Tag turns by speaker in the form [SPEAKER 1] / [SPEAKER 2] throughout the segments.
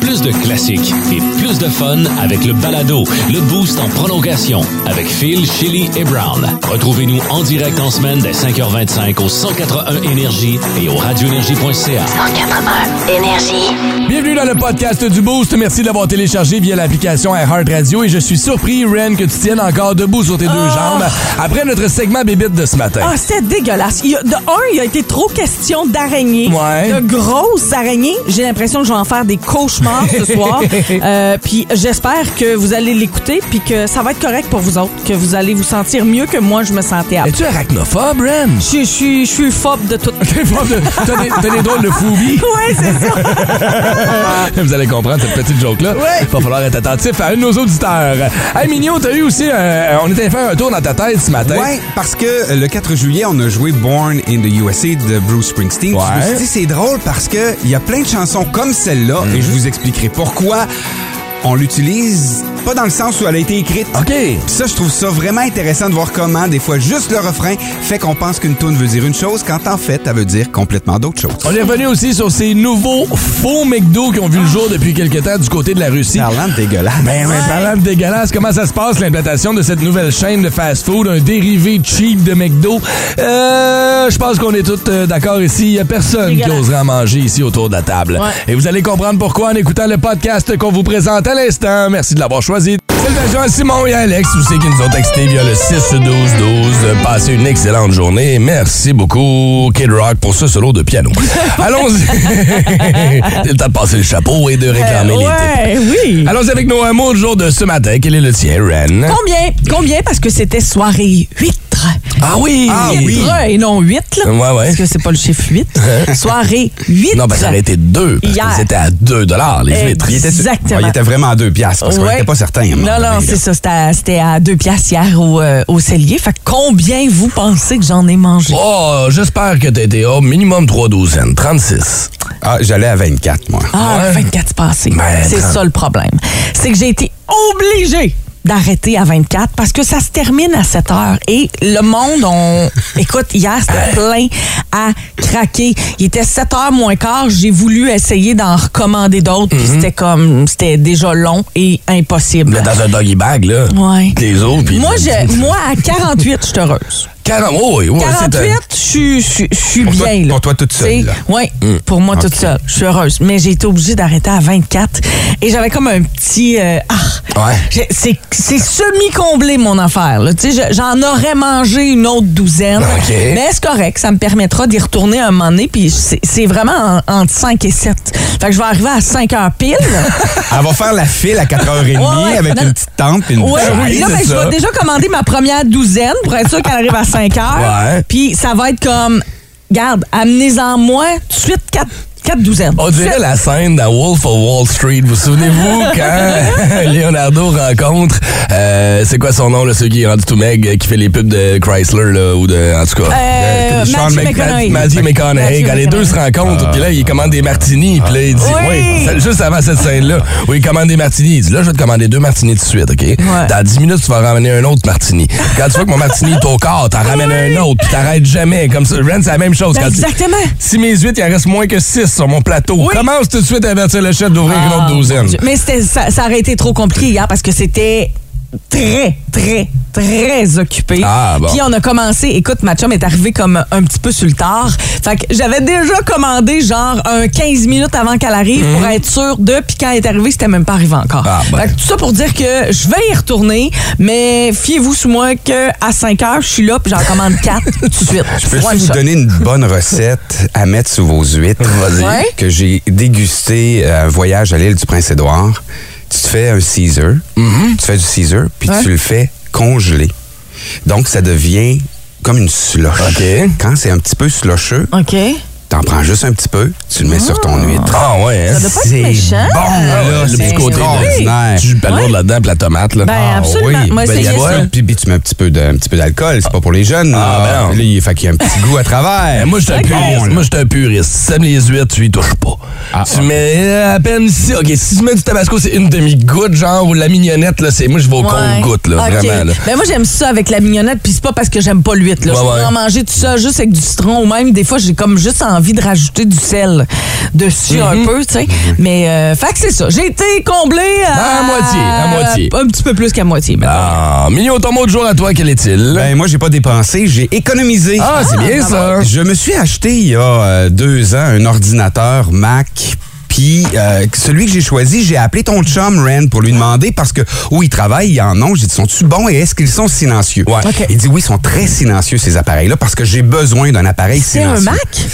[SPEAKER 1] Plus de classiques et plus de fun avec le balado, le boost en prolongation avec Phil, Chili et Brown. Retrouvez-nous en direct en semaine dès 5h25 au 181 Énergie et au radioénergie.ca.
[SPEAKER 2] 181 Énergie.
[SPEAKER 3] Bienvenue dans le podcast du Boost. Merci de l'avoir téléchargé via l'application iHeartRadio et je suis surpris, Ren, que tu tiennes encore debout sur tes deux jambes après notre segment bébite de ce matin.
[SPEAKER 4] Ah, c'était dégueulasse. Il y a- de un, il a été trop question d'araignées.
[SPEAKER 3] Ouais.
[SPEAKER 4] De grosses araignées. J'ai l'impression que je vais en faire des cauchemars ce soir. Euh, puis j'espère que vous allez l'écouter puis que ça va être correct pour vous autres, que vous allez vous sentir mieux que moi je me sentais avant.
[SPEAKER 3] Es-tu arachnophobe, Ren?
[SPEAKER 4] Je suis- je suis je suis phobe de tout.
[SPEAKER 3] T'es phobe de- T'as des, t'as des drôles de phobie.
[SPEAKER 4] Ouais, c'est ça.
[SPEAKER 3] Vous allez comprendre cette petite joke-là. Il va falloir être attentif à un de nos auditeurs. Hey, Mignon, t'as eu aussi un- euh, On était faire un tour dans ta tête ce matin.
[SPEAKER 5] Ouais, parce que euh, le 4 juillet, on a joué Born in the USA de Bruce Springsteen.
[SPEAKER 3] Ouais.
[SPEAKER 5] Je me suis dit, c'est drôle parce que il y a plein de chansons comme celle-là, et je vous expliquerai pourquoi on l'utilise pas dans le sens où elle a été écrite.
[SPEAKER 3] OK.
[SPEAKER 5] Puis Ça, je trouve ça vraiment intéressant de voir comment, des fois, juste le refrain fait qu'on pense qu'une tune veut dire une chose, quand en fait, elle veut dire complètement d'autres choses.
[SPEAKER 3] On est revenu aussi sur ces nouveaux faux McDo qui ont vu le jour depuis quelque temps du côté de la Russie.
[SPEAKER 5] Parlant de dégueulasse.
[SPEAKER 3] Ben oui, parlant de dégueulasse, comment ça se passe l'implantation de cette nouvelle chaîne de fast-food, un dérivé cheap de McDo? Euh, je pense qu'on est tous euh, d'accord ici. Il n'y a personne qui
[SPEAKER 4] Dégueulasse.
[SPEAKER 3] osera en manger ici autour de la table.
[SPEAKER 4] Ouais.
[SPEAKER 3] Et vous allez comprendre pourquoi en écoutant le podcast qu'on vous présente à l'instant. Merci de l'avoir choisi. Salutations à Simon et à Alex, vous savez qu'ils nous ont texté via le 6-12-12. Passez une excellente journée. Merci beaucoup, Kid Rock, pour ce solo de piano. Allons-y. C'est le temps de passer le chapeau et de réclamer les tips.
[SPEAKER 4] Euh, Ouais, oui.
[SPEAKER 3] Allons avec nos euh, mots du jour de ce matin. Quel est le tien, Ren?
[SPEAKER 4] Combien Combien parce que c'était soirée 8.
[SPEAKER 3] Ah oui!
[SPEAKER 5] Ah oui.
[SPEAKER 4] Et non 8 là.
[SPEAKER 3] Ouais, ouais. Hein?
[SPEAKER 4] Parce que c'est pas le chiffre 8. soirée 8.
[SPEAKER 3] Non, ben, parce qu'elle était deux. Parce
[SPEAKER 4] Hier.
[SPEAKER 3] qu'ils étaient à 2 les huîtres.
[SPEAKER 5] Il était,
[SPEAKER 4] Exactement.
[SPEAKER 5] Ouais, il était vraiment à deux
[SPEAKER 3] Ah,
[SPEAKER 5] piastres parce qu'on
[SPEAKER 4] Ouais.
[SPEAKER 5] n'était pas certain.
[SPEAKER 4] Non, non, c'est ça. C'était à, c'était à deux piastres hier au, euh, au cellier. Fait que combien vous pensez que j'en ai mangé?
[SPEAKER 3] Oh, j'espère que t'as été au minimum trois douzaines. 36.
[SPEAKER 5] Ah, j'allais à 24, moi.
[SPEAKER 4] Ah,
[SPEAKER 3] ouais.
[SPEAKER 4] 24 passés.
[SPEAKER 3] Ben,
[SPEAKER 4] c'est
[SPEAKER 3] trente.
[SPEAKER 4] ça le problème. C'est que j'ai été obligée d'arrêter à 24 parce que ça se termine à 7 heures. Et le monde, on... Écoute, hier, c'était plein à craquer. Il était 7 heures moins quart. J'ai voulu essayer d'en recommander d'autres. Puis c'était comme... C'était déjà long et impossible.
[SPEAKER 3] Mais dans un doggy bag, là.
[SPEAKER 4] Ouais.
[SPEAKER 3] Les autres, Oh, puis.
[SPEAKER 4] Moi, je, moi, à 48, je suis heureuse.
[SPEAKER 3] 40, oh, oui, oui, c'est un-
[SPEAKER 4] 48, je suis- je suis je suis
[SPEAKER 5] Pour toi-
[SPEAKER 4] bien. là.
[SPEAKER 5] pour toi toute seule, là.
[SPEAKER 4] Oui,
[SPEAKER 3] Hmm.
[SPEAKER 4] pour moi toute
[SPEAKER 5] Ok.
[SPEAKER 4] seule. Je suis heureuse. Mais j'ai été obligée d'arrêter à 24 et j'avais comme un petit. euh, ah,
[SPEAKER 3] Ouais.
[SPEAKER 4] J'ai- C'est c'est semi-comblé mon affaire. là. Tu sais, je- J'en aurais mangé une autre douzaine.
[SPEAKER 3] Ok.
[SPEAKER 4] Mais c'est correct. Ça me permettra d'y retourner un moment donné. Puis c'est c'est vraiment en- entre 5 et 7. Fait que je vais arriver à 5 heures pile.
[SPEAKER 5] Elle va faire la file à 4h30
[SPEAKER 4] Ouais, ouais.
[SPEAKER 5] avec
[SPEAKER 4] Non.
[SPEAKER 5] une petite tente et une
[SPEAKER 4] Ouais,
[SPEAKER 5] petite
[SPEAKER 4] là,
[SPEAKER 5] chaise.
[SPEAKER 4] ben, je
[SPEAKER 3] ça.
[SPEAKER 4] vais déjà commander ma première douzaine pour être sûr qu'elle arrive à 5 heures.
[SPEAKER 3] Ouais.
[SPEAKER 4] Puis ça va être comme, garde, amenez-en moi tout de suite 4, douzaines.
[SPEAKER 3] On dirait la scène dans Wolf of Wall Street. Vous, vous souvenez-vous quand Leonardo rencontre, euh, c'est quoi son nom, là, celui qui est rendu tout meg, euh, qui fait les pubs de Chrysler, là, ou de, en tout cas.
[SPEAKER 4] Euh,
[SPEAKER 3] Sean
[SPEAKER 4] Matthew
[SPEAKER 3] Mc-
[SPEAKER 4] McConaughey.
[SPEAKER 3] Matthew McConaughey.
[SPEAKER 4] Matthew
[SPEAKER 3] Quand les deux
[SPEAKER 4] McConaughey.
[SPEAKER 3] se rencontrent, puis là, il commande des martinis, puis là, il dit,
[SPEAKER 4] Oui.
[SPEAKER 3] oui, c'est juste avant cette scène-là, où il commande des martinis, il dit, là, je vais te commander deux martinis tout de suite, OK? Dans 10 minutes, tu vas ramener un autre martini. Quand tu vois que mon martini est au corps, t'en ramènes un autre, puis t'arrêtes jamais. Comme ça, Ren, c'est la même chose.
[SPEAKER 4] Ben,
[SPEAKER 3] Quand tu-
[SPEAKER 4] exactement.
[SPEAKER 3] si mes huit, il en reste moins que 6 sur mon plateau. Commence tout de suite à avertir le chef d'ouvrir une autre douzaine.
[SPEAKER 4] Ah, Dieu. Mais c'était- ça, ça aurait été trop compliqué hier parce que c'était très, très, très occupé.
[SPEAKER 3] Ah, bon.
[SPEAKER 4] Puis on a commencé, écoute, ma chum est arrivée comme un petit peu sur le tard. Fait que j'avais déjà commandé genre un 15 minutes avant qu'elle arrive pour
[SPEAKER 5] Mhm.
[SPEAKER 4] être sûre de. Puis quand elle est arrivée, c'était même pas arrivé encore.
[SPEAKER 3] Ah, ben.
[SPEAKER 4] Fait que tout ça pour dire que je vais y retourner, mais fiez-vous sur moi que à 5 heures, je suis là puis j'en commande 4 tout de suite.
[SPEAKER 5] Je peux
[SPEAKER 4] One
[SPEAKER 5] vous
[SPEAKER 4] shot.
[SPEAKER 5] donner une bonne recette à mettre sous vos huîtres
[SPEAKER 4] Ouais.
[SPEAKER 5] que j'ai dégusté à un voyage à l'île du Prince-Édouard. Tu te fais un Caesar, tu fais du Caesar, puis
[SPEAKER 4] Mm-hmm. Ouais.
[SPEAKER 5] tu le fais congeler. Donc, ça devient comme une slush.
[SPEAKER 3] OK.
[SPEAKER 5] Quand c'est un petit peu slusheux,
[SPEAKER 4] OK.
[SPEAKER 5] t'en prends juste un petit peu, tu le mets sur ton huître.
[SPEAKER 3] Ah ouais, hein?
[SPEAKER 4] Ça doit pas être méchant.
[SPEAKER 5] bon,
[SPEAKER 3] Ah,
[SPEAKER 5] là,
[SPEAKER 3] ouais, le
[SPEAKER 5] c'est
[SPEAKER 3] petit côté
[SPEAKER 5] extraordinaire.
[SPEAKER 3] de, tu joues pas lourd là-dedans, puis la tomate. Là. Ah,
[SPEAKER 4] Ben, absolument. Moi,
[SPEAKER 5] Ben,
[SPEAKER 4] essayez
[SPEAKER 5] tu vois,
[SPEAKER 4] ça.
[SPEAKER 5] Puis, puis tu mets un petit peu de- un petit peu d'alcool, c'est pas pour les jeunes.
[SPEAKER 3] Ah,
[SPEAKER 5] là.
[SPEAKER 3] ben non.
[SPEAKER 5] Là, il fait qu'il y a un petit goût à travers.
[SPEAKER 3] Ben, moi, je suis un puriste. Moi, je suis un puriste. Si t'aimes les huîtres, tu y touches pas.
[SPEAKER 5] Ah,
[SPEAKER 3] tu mets euh, à peine si. OK, si tu mets du tabasco, c'est une demi-goutte, genre, ou la mignonnette, là, c'est. Moi, je vais au
[SPEAKER 4] Ouais.
[SPEAKER 3] compte-goutte, là,
[SPEAKER 4] OK.
[SPEAKER 3] vraiment, là.
[SPEAKER 4] Ben moi, j'aime ça avec la mignonnette, puis c'est pas parce que j'aime pas l'huître. là.
[SPEAKER 3] Ouais,
[SPEAKER 4] je peux
[SPEAKER 3] ouais.
[SPEAKER 4] en manger tout ça juste avec du citron ou même des fois, j'ai comme juste envie envie de rajouter du sel dessus
[SPEAKER 5] Mhm.
[SPEAKER 4] un peu, tu sais. Mais, euh, fait que c'est ça. J'ai été comblée
[SPEAKER 5] Ben,
[SPEAKER 4] à,
[SPEAKER 3] À moitié, à moitié.
[SPEAKER 4] Un petit peu plus qu'à moitié, mais
[SPEAKER 3] Ah, mignon, ton mot de jour à toi, quel est-il?
[SPEAKER 5] Ben, moi, j'ai pas dépensé, j'ai économisé.
[SPEAKER 3] ah, c'est bien ça.
[SPEAKER 5] Je me suis acheté il y a euh, deux ans un ordinateur Mac. Puis euh, celui que j'ai choisi, j'ai appelé ton chum Rand pour lui demander parce que où ils travaillent, ils en ont. J'ai dit sont-tu bons et est-ce qu'ils sont silencieux
[SPEAKER 3] Ouais.
[SPEAKER 4] OK.
[SPEAKER 5] Il dit oui, ils sont très silencieux ces appareils-là parce que j'ai besoin d'un appareil
[SPEAKER 4] C'est un
[SPEAKER 5] silencieux.
[SPEAKER 4] Mac?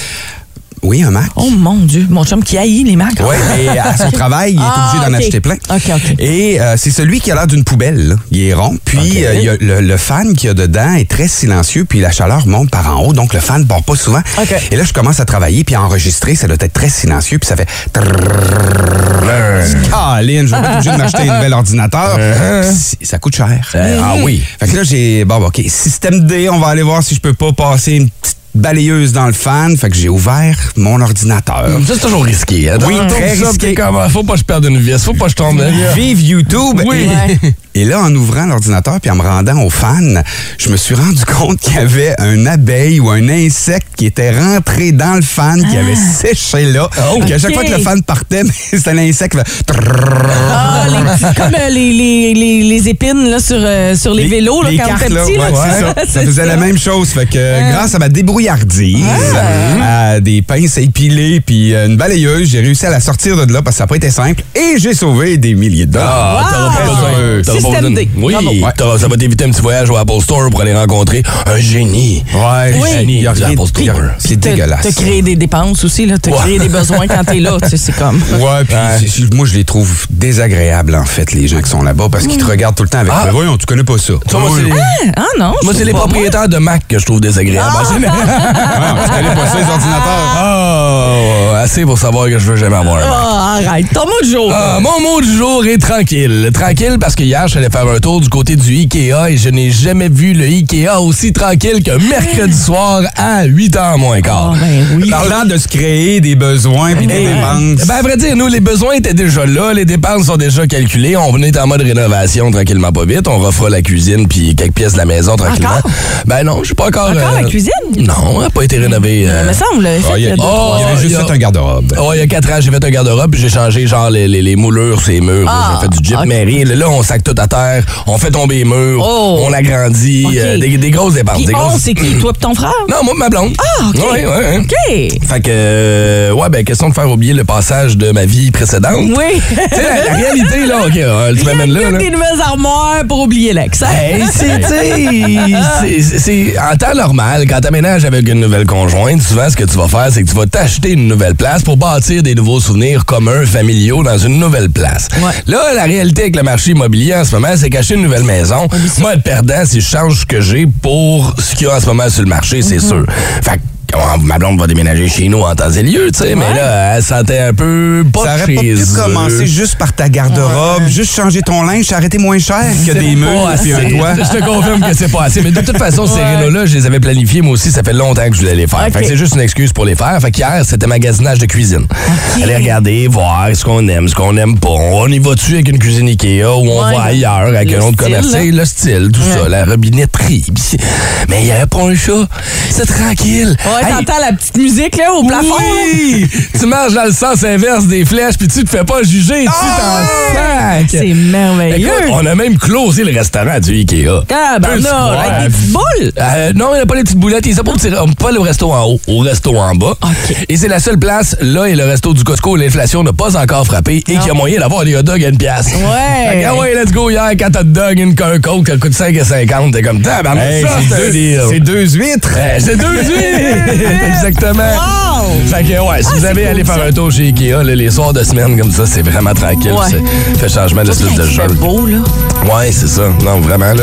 [SPEAKER 5] Oui, un Mac.
[SPEAKER 4] Oh mon Dieu, mon chum qui haït les Macs.
[SPEAKER 5] Oui, mais à son travail, il est
[SPEAKER 4] Ah,
[SPEAKER 5] obligé d'en
[SPEAKER 4] ok.
[SPEAKER 5] acheter plein.
[SPEAKER 4] Ok, ok.
[SPEAKER 5] Et euh, c'est celui qui a l'air d'une poubelle. là. Il est rond. Puis euh, il y a le, le fan qu'il y a dedans est très silencieux. Puis la chaleur monte par en haut. Donc le fan ne part pas souvent.
[SPEAKER 4] Ok.
[SPEAKER 5] Et là, je commence à travailler puis à enregistrer. Ça doit être très silencieux. Puis ça fait... Euh. Caline, je vais pas être obligé de m'acheter un nouvel ordinateur. Si- Ça coûte cher. ah oui. Fait que là, j'ai... Bon, bon, OK. Système D, on va aller voir si je peux pas passer une petite balayeuse dans le fan. Fait que j'ai ouvert mon ordinateur.
[SPEAKER 3] Ça, c'est toujours risqué. Hein?
[SPEAKER 5] Oui,
[SPEAKER 3] Dans-
[SPEAKER 5] très
[SPEAKER 3] dans-
[SPEAKER 5] risqué.
[SPEAKER 3] Comme, faut pas que je perde une vis, faut pas que je tombe.
[SPEAKER 5] Vive YouTube!
[SPEAKER 3] Oui.
[SPEAKER 5] Et, et là, en ouvrant l'ordinateur puis en me rendant aux fans, je me suis rendu compte qu'il y avait un abeille ou un insecte qui était rentré dans le fan, qui avait séché là.
[SPEAKER 3] Oh.
[SPEAKER 5] Puis à chaque
[SPEAKER 4] Ok.
[SPEAKER 5] fois que le fan partait, c'était l'insecte. qui fait trrrr.
[SPEAKER 4] Ah, les petits- comme euh, les, les, les, les épines là, sur, euh, sur les, vélos là,
[SPEAKER 5] les
[SPEAKER 4] quand on
[SPEAKER 5] cartes,
[SPEAKER 4] était
[SPEAKER 5] là,
[SPEAKER 4] petit.
[SPEAKER 5] ouais, c'est ça. Ça faisait la même chose. Fait que grâce à ma débrouillardise, à des pinces à épiler puis euh, une balayeuse, j'ai réussi à la sortir de là parce que ça n'a pas été simple et j'ai sauvé des milliers de dollars.
[SPEAKER 3] Ah, t'auras pas
[SPEAKER 5] Wow!
[SPEAKER 3] besoin. t'auras pas
[SPEAKER 4] Système
[SPEAKER 3] besoin.
[SPEAKER 4] D.
[SPEAKER 3] Oui,
[SPEAKER 4] Bravo. Ouais.
[SPEAKER 3] t'auras- ça va t'éviter un petit voyage au Apple Store pour aller rencontrer un génie.
[SPEAKER 5] Ouais,
[SPEAKER 3] Un génie
[SPEAKER 5] Y a
[SPEAKER 3] de
[SPEAKER 5] rien-
[SPEAKER 3] l'Apple
[SPEAKER 5] y a-
[SPEAKER 3] Store.
[SPEAKER 5] c'est
[SPEAKER 4] T'as-
[SPEAKER 5] dégueulasse.
[SPEAKER 4] T'as créé des dépenses aussi, là. T'as créé des besoins quand t'es là, tu sais, c'est comme.
[SPEAKER 5] Ouais, puis c'est- c'est- moi, je les trouve désagréables, en fait, les gens qui sont là-bas, parce qu'ils te regardent tout le temps avec
[SPEAKER 3] Ah.
[SPEAKER 5] ah. on tu connais pas ça.
[SPEAKER 3] Tu vois, moi, c'est-
[SPEAKER 4] Mm. Ah non, je
[SPEAKER 3] Moi, c'est
[SPEAKER 4] trouve
[SPEAKER 3] les
[SPEAKER 4] pas. Ah.
[SPEAKER 3] propriétaires Ah, ben, de Mac que je trouve désagréables. en général.
[SPEAKER 5] Ah, tu connais pas ça, les ordinateurs.
[SPEAKER 3] Oh, assez pour savoir que je veux jamais avoir un Mac.
[SPEAKER 4] Ah, arrête, ton mot de jour.
[SPEAKER 3] Ah, mon mot du jour est tranquille. Tranquille parce que hier, je suis allé faire un tour du côté du Ikea et je n'ai jamais vu le Ikea aussi tranquille que mercredi soir à 8h moins quart.
[SPEAKER 4] Ah, ben oui.
[SPEAKER 5] Parlant de se créer des besoins puis des dépenses.
[SPEAKER 3] Ben, à vrai dire, nous, les besoins étaient déjà là, les dépenses sont déjà calculées. On venait en mode rénovation tranquillement pas vite. On refera la cuisine puis quelques pièces de la maison tranquillement.
[SPEAKER 4] Encore?
[SPEAKER 3] Ben non, je suis pas encore. euh,
[SPEAKER 4] Encore la cuisine?
[SPEAKER 3] Non, elle n'a pas été rénovée. euh,
[SPEAKER 4] Mais ça, on l'avait fait.
[SPEAKER 5] Ah, il y a-
[SPEAKER 4] le deux,
[SPEAKER 3] Oh,
[SPEAKER 5] il y
[SPEAKER 4] trois ans.
[SPEAKER 5] avait juste
[SPEAKER 3] il y a-
[SPEAKER 5] fait un garde-robe.
[SPEAKER 3] Ouais, il y a quatre ans, j'ai fait un garde-robe, puis j'ai changé genre les, les, les moulures, ces murs.
[SPEAKER 4] Ah,
[SPEAKER 3] j'ai fait du Jeep
[SPEAKER 4] ok.
[SPEAKER 3] Mary. Là, là, on sac tout à terre, on fait tomber les murs,
[SPEAKER 4] Oh.
[SPEAKER 3] on agrandit,
[SPEAKER 4] Ok.
[SPEAKER 3] euh, des, des grosses dépenses.
[SPEAKER 4] Puis
[SPEAKER 3] des grosses-
[SPEAKER 4] on, c'est qui, toi pis ton frère?
[SPEAKER 3] Non, moi, ma blonde.
[SPEAKER 4] Ah, OK.
[SPEAKER 3] Ouais, ouais, ouais.
[SPEAKER 4] OK.
[SPEAKER 3] Fait que, euh, ouais, ben, question de faire oublier le passage de ma vie précédente.
[SPEAKER 4] Oui.
[SPEAKER 3] Tu sais, la, la réalité, là, OK, euh, tu m'amènes là, là.
[SPEAKER 4] des nouvelles armoires pour oublier l'ex. hein?
[SPEAKER 3] Hey, c'est, tu sais, c'est- c'est- c'est en temps normal, quand t'aménages avec une nouvelle conjointe, souvent ce que tu vas faire, c'est que tu vas t'acheter une nouvelle place pour bâtir des nouveaux souvenirs communs, familiaux dans une nouvelle place.
[SPEAKER 4] Ouais.
[SPEAKER 3] Là, la réalité avec le marché immobilier en ce moment, c'est qu'acheter une nouvelle maison, moi, être perdant, si je change ce que j'ai pour ce qu'il y a en ce moment sur le marché, c'est
[SPEAKER 4] Mm-hmm.
[SPEAKER 3] sûr. Fait que, oh, Ma blonde va déménager chez nous en temps et lieu, tu sais, mais là, elle sentait un peu pas
[SPEAKER 5] Ça aurait
[SPEAKER 3] chez
[SPEAKER 5] pas pu
[SPEAKER 3] eux.
[SPEAKER 5] commencer juste par ta garde-robe, juste changer ton linge, ça aurait été moins cher que
[SPEAKER 3] C'est
[SPEAKER 5] des murs
[SPEAKER 3] pas
[SPEAKER 5] puis un
[SPEAKER 3] assez.
[SPEAKER 5] toit.
[SPEAKER 3] Je te confirme que c'est pas assez. Mais de toute façon, ces rénos-là, je les avais planifiés. Moi aussi, ça fait longtemps que je voulais les faire.
[SPEAKER 4] Ok.
[SPEAKER 3] Fait que c'est juste une excuse pour les faire. Fait qu'hier, c'était magasinage de cuisine. Aller regarder, voir ce qu'on aime, ce qu'on aime pas. On y va-tu avec une cuisine Ikea ou on
[SPEAKER 4] Ouais.
[SPEAKER 3] va ailleurs avec
[SPEAKER 4] Le
[SPEAKER 3] un autre
[SPEAKER 4] style,
[SPEAKER 3] commerçant?
[SPEAKER 4] là.
[SPEAKER 3] Le hein. style, tout ça, la robinetterie. Pis- Mais il n'y avait pas un chat. C'est tranquille.
[SPEAKER 4] Ouais,
[SPEAKER 3] Hey,
[SPEAKER 4] t'entends la petite musique, là, au plafond.
[SPEAKER 3] oui! tu marches dans le sens inverse des flèches, puis tu te fais pas juger, tu t'en sacs.
[SPEAKER 4] Ah! C'est merveilleux.
[SPEAKER 3] Écoute, on a même closé le restaurant du Ikea. Peu de
[SPEAKER 4] Tabarnak,
[SPEAKER 3] fois.
[SPEAKER 4] avec des petites boules.
[SPEAKER 3] Euh, non, il n'y a pas les petites boulettes. Ils sont pas, au petit- pas le resto en haut, au resto en bas.
[SPEAKER 4] OK.
[SPEAKER 3] Et c'est la seule place, là, et le resto du Costco, où l'inflation n'a pas encore frappé et qu'il y a moyen d'avoir des hot dogs à une pièce.
[SPEAKER 4] Ouais.
[SPEAKER 3] Fait que, ah ouais, let's go. Hier, 4 hot dogs, une un coke, ça coûte 5,50. T'es comme, tabarnak,
[SPEAKER 5] Hey,
[SPEAKER 3] Ah,
[SPEAKER 5] c'est
[SPEAKER 3] ben, ça, c'est un
[SPEAKER 5] deux-
[SPEAKER 3] deal.
[SPEAKER 5] c'est deux huîtres.
[SPEAKER 3] Eh, C'est deux huîles! Exactement.
[SPEAKER 4] Wow! Ah,
[SPEAKER 3] Fait que, ouais, si vous avez allé faire un tour chez Ikea, là, les soirs de semaine comme ça, c'est vraiment tranquille.
[SPEAKER 4] Ouais.
[SPEAKER 3] C'est fait changement de style de
[SPEAKER 4] Hey,
[SPEAKER 3] jeu.
[SPEAKER 4] c'est beau, là.
[SPEAKER 3] Ouais, c'est ça. Non, vraiment, là.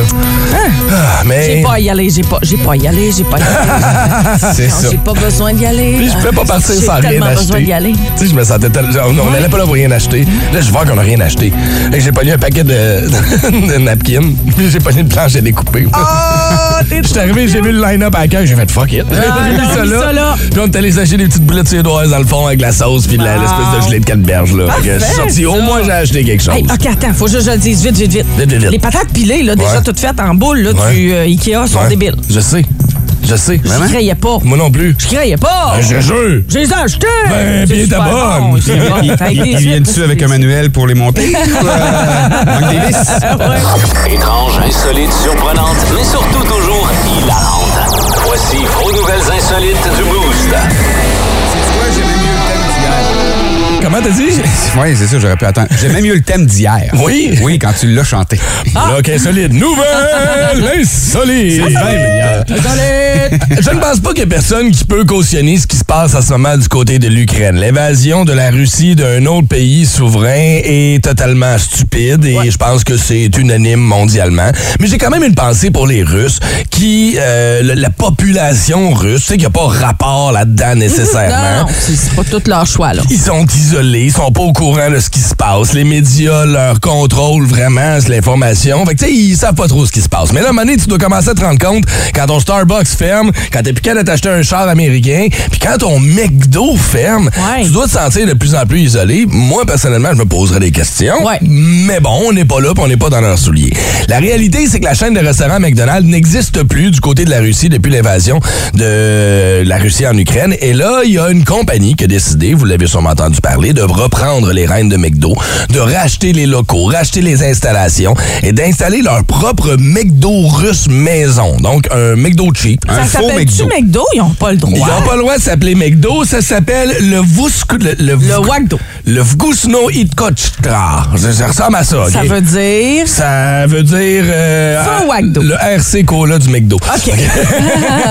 [SPEAKER 3] Ah,
[SPEAKER 4] Hein? J'ai
[SPEAKER 3] mais.
[SPEAKER 4] pas à y aller, j'ai pas, j'ai pas à y aller, j'ai pas à y aller.
[SPEAKER 3] C'est
[SPEAKER 4] Non,
[SPEAKER 3] ça.
[SPEAKER 4] J'ai pas besoin d'y aller.
[SPEAKER 3] Puis je pouvais pas partir sans
[SPEAKER 4] J'ai
[SPEAKER 3] rien
[SPEAKER 4] tellement besoin
[SPEAKER 3] acheter.
[SPEAKER 4] d'y aller.
[SPEAKER 3] Tu sais, je me sentais tellement. On n'allait pas là pour rien acheter. Là, je vois qu'on n'a rien acheté. Fait que j'ai pogné un paquet de, de napkins. Puis j'ai pogné une planche à découper.
[SPEAKER 4] Ah, t'es
[SPEAKER 3] Je suis arrivé, j'ai vu le line-up à la caisse, j'ai fait fuck
[SPEAKER 5] Ah,
[SPEAKER 3] it. J'ai
[SPEAKER 4] Ah, non, mis ça là.
[SPEAKER 3] Puis on est allé s'acheter des petites boulettes suédoises dans le fond avec la sauce puis de la- l'espèce de gelée de canneberge. Là. Fait que je suis sorti, au moins j'ai acheté quelque chose.
[SPEAKER 4] Hey, OK, attends, faut juste que je le dise vite, vite, vite.
[SPEAKER 3] Vite, vite, vite.
[SPEAKER 4] Les patates pilées, là, déjà
[SPEAKER 3] Ouais.
[SPEAKER 4] toutes faites en boule, là,
[SPEAKER 3] Ouais.
[SPEAKER 4] du euh, Ikea, sont
[SPEAKER 3] Ouais.
[SPEAKER 4] débiles.
[SPEAKER 3] Je sais. Je sais.
[SPEAKER 4] Je crayais pas.
[SPEAKER 3] Moi non plus.
[SPEAKER 4] Je crayais pas.
[SPEAKER 3] Ben, je jure.
[SPEAKER 4] Oh! Je les ai achetés.
[SPEAKER 3] Ben,
[SPEAKER 4] C'est
[SPEAKER 3] bien
[SPEAKER 4] super
[SPEAKER 3] ta bonne.
[SPEAKER 4] bon, c'est bon.
[SPEAKER 5] Ils,
[SPEAKER 4] Fait que
[SPEAKER 5] ils
[SPEAKER 4] des
[SPEAKER 5] viennent dessus
[SPEAKER 4] huîtres,
[SPEAKER 5] avec un manuel pour les monter? ou, euh, manque des vis?
[SPEAKER 1] Étrange, insolite, surprenante, mais surtout toujours hilarante. Voici vos nouvelles insolites du Boost.
[SPEAKER 5] C'est quoi, j'aimais mieux le thème d'hier.
[SPEAKER 3] Comment t'as dit?
[SPEAKER 5] Oui, c'est ça, j'aurais pu attendre. J'aimais mieux le thème d'hier.
[SPEAKER 3] Oui? Ah!
[SPEAKER 5] Oui, quand tu l'as chanté.
[SPEAKER 3] Bloc insolite. Nouvelle insolite. Je ne pense pas qu'il y ait personne qui peut cautionner ce qui se passe en ce moment du côté de l'Ukraine. L'évasion de la Russie d'un autre pays souverain est totalement stupide et je pense que c'est unanime mondialement. Mais j'ai quand même une pensée pour les Russes qui, euh, le- la population russe, tu sais qu'il n'y a pas rapport là-dedans nécessairement.
[SPEAKER 4] Non, non, c'est c'est pas tout leur choix, là.
[SPEAKER 3] Ils sont isolés, ils sont pas au courant de ce qui se passe. Les médias leur contrôlent vraiment c'est l'information. Fait que tu sais, ils savent pas trop ce qui se passe. Mais là, à un moment donné, tu dois commencer à te rendre compte quand ton Starbucks ferme, quand t'es plus capable de t'acheter un char américain, puis quand ton McDo ferme,
[SPEAKER 4] Ouais.
[SPEAKER 3] tu dois te sentir de plus en plus isolé. Moi, personnellement, je me poserais des questions.
[SPEAKER 4] Ouais.
[SPEAKER 3] Mais bon, on n'est pas là, puis on n'est pas dans leurs souliers. La réalité, c'est que la chaîne de restaurants McDonald's n'existe plus du côté de la Russie depuis l'invasion de la Russie en Ukraine. Et là, il y a une compagnie qui a décidé, vous l'avez sûrement entendu parler, de reprendre les rênes de McDo, de racheter les locaux, racheter les installations et d'installer leur propre McDo russe maison. Donc, un McDo cheap.
[SPEAKER 5] Un
[SPEAKER 4] Ça
[SPEAKER 5] faux
[SPEAKER 4] s'appelle-tu
[SPEAKER 5] McDo.
[SPEAKER 4] McDo? Ils n'ont pas le droit.
[SPEAKER 3] Ils n'ont pas le droit de s'appeler McDo. Ça s'appelle le Vusk... Le, le,
[SPEAKER 4] Le Wagdo.
[SPEAKER 3] Le Vkusno Itkochtra. Ça, ça ressemble à ça,
[SPEAKER 4] Ça
[SPEAKER 3] OK?
[SPEAKER 4] veut dire...
[SPEAKER 3] Ça veut dire... euh,
[SPEAKER 4] Feu
[SPEAKER 3] ah,
[SPEAKER 4] Wagdo.
[SPEAKER 3] Le RC Cola du McDo.
[SPEAKER 4] OK.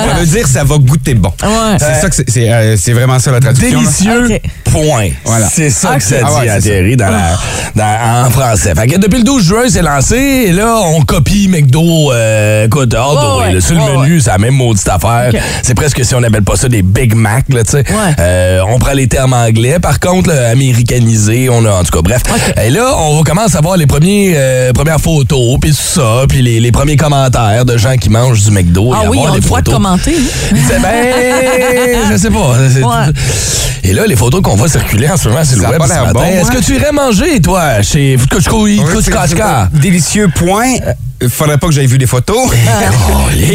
[SPEAKER 5] Ça veut dire ça va goûter bon.
[SPEAKER 4] Ah! Ouais.
[SPEAKER 5] C'est ça que c'est- c'est euh, c'est vraiment ça la traduction. là.
[SPEAKER 3] Délicieux,
[SPEAKER 4] OK.
[SPEAKER 3] point.
[SPEAKER 5] Voilà.
[SPEAKER 3] C'est ça
[SPEAKER 4] OK.
[SPEAKER 3] que ça dit
[SPEAKER 5] Ah ouais,
[SPEAKER 3] à
[SPEAKER 5] c'est
[SPEAKER 3] Thierry dans la- dans- en français. Fait que depuis le 12 juin, c'est lancé. Et là, on copie McDo, euh, écoute, all the
[SPEAKER 4] Ouais,
[SPEAKER 3] way, là. Sur
[SPEAKER 4] ouais,
[SPEAKER 3] le menu, c'est la même maudite affaire.
[SPEAKER 4] OK.
[SPEAKER 3] C'est presque si on n'appelle pas ça des Big Mac, là, tu sais.
[SPEAKER 4] Ouais.
[SPEAKER 3] Euh, on prend les termes anglais. Par contre, là, américanisé, on a, en tout cas, bref. Et là, on commence à voir les premiers, euh, premières photos, puis tout ça, puis les, les premiers commentaires de gens qui mangent du McDo. et
[SPEAKER 4] Ah oui, ils
[SPEAKER 3] avoir
[SPEAKER 4] ont
[SPEAKER 3] des
[SPEAKER 4] le droit de
[SPEAKER 3] photos.
[SPEAKER 4] commenter. hein?
[SPEAKER 3] Il fait, ben, je sais pas. C'est- Et là, les photos qu'on voit circuler en ce moment sur le
[SPEAKER 5] Ça a
[SPEAKER 3] web
[SPEAKER 5] pas
[SPEAKER 3] ce
[SPEAKER 5] l'air
[SPEAKER 3] matin,
[SPEAKER 5] bon,
[SPEAKER 3] est-ce
[SPEAKER 5] hein?
[SPEAKER 3] que tu irais manger, toi, chez Futkuchko
[SPEAKER 5] Ouais, c'est- c'est
[SPEAKER 3] Itkuchkachka?
[SPEAKER 5] pas- Délicieux point. Euh, Faudrait pas que j'aie vu les photos.
[SPEAKER 3] Eh,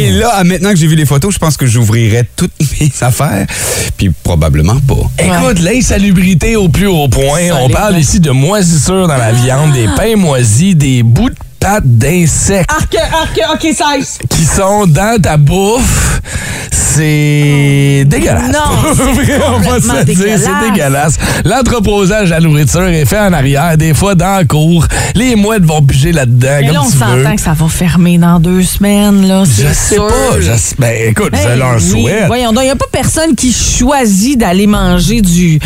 [SPEAKER 5] Et là, à maintenant que j'ai vu les photos, je pense que j'ouvrirais toutes mes affaires. Puis probablement pas.
[SPEAKER 3] Écoute, l'insalubrité au plus haut point. On
[SPEAKER 4] Solide,
[SPEAKER 3] parle
[SPEAKER 4] hein? Ah!
[SPEAKER 3] ici de moisissures dans la viande, des pains moisis, des bouts de pâte d'insectes
[SPEAKER 4] Arc, arc, OK, 16.
[SPEAKER 3] qui sont dans ta bouffe. C'est dégueulasse.
[SPEAKER 4] Oh. Non, c'est
[SPEAKER 3] on va se
[SPEAKER 4] complètement
[SPEAKER 3] le dire, c'est dégueulasse. L'entreposage à nourriture est fait en arrière, des fois dans la cour. Les mouettes vont piger là-dedans
[SPEAKER 4] Mais
[SPEAKER 3] comme
[SPEAKER 4] là, on
[SPEAKER 3] tu veux.
[SPEAKER 4] s'entend que ça va fermer dans deux semaines, là.
[SPEAKER 3] Je
[SPEAKER 4] c'est
[SPEAKER 3] sais
[SPEAKER 4] sûr.
[SPEAKER 3] pas. je- ben, écoute,
[SPEAKER 4] Hey,
[SPEAKER 3] je leur
[SPEAKER 4] oui,
[SPEAKER 3] souhaite.
[SPEAKER 4] Voyons donc, il n'y a pas personne qui choisit d'aller manger du,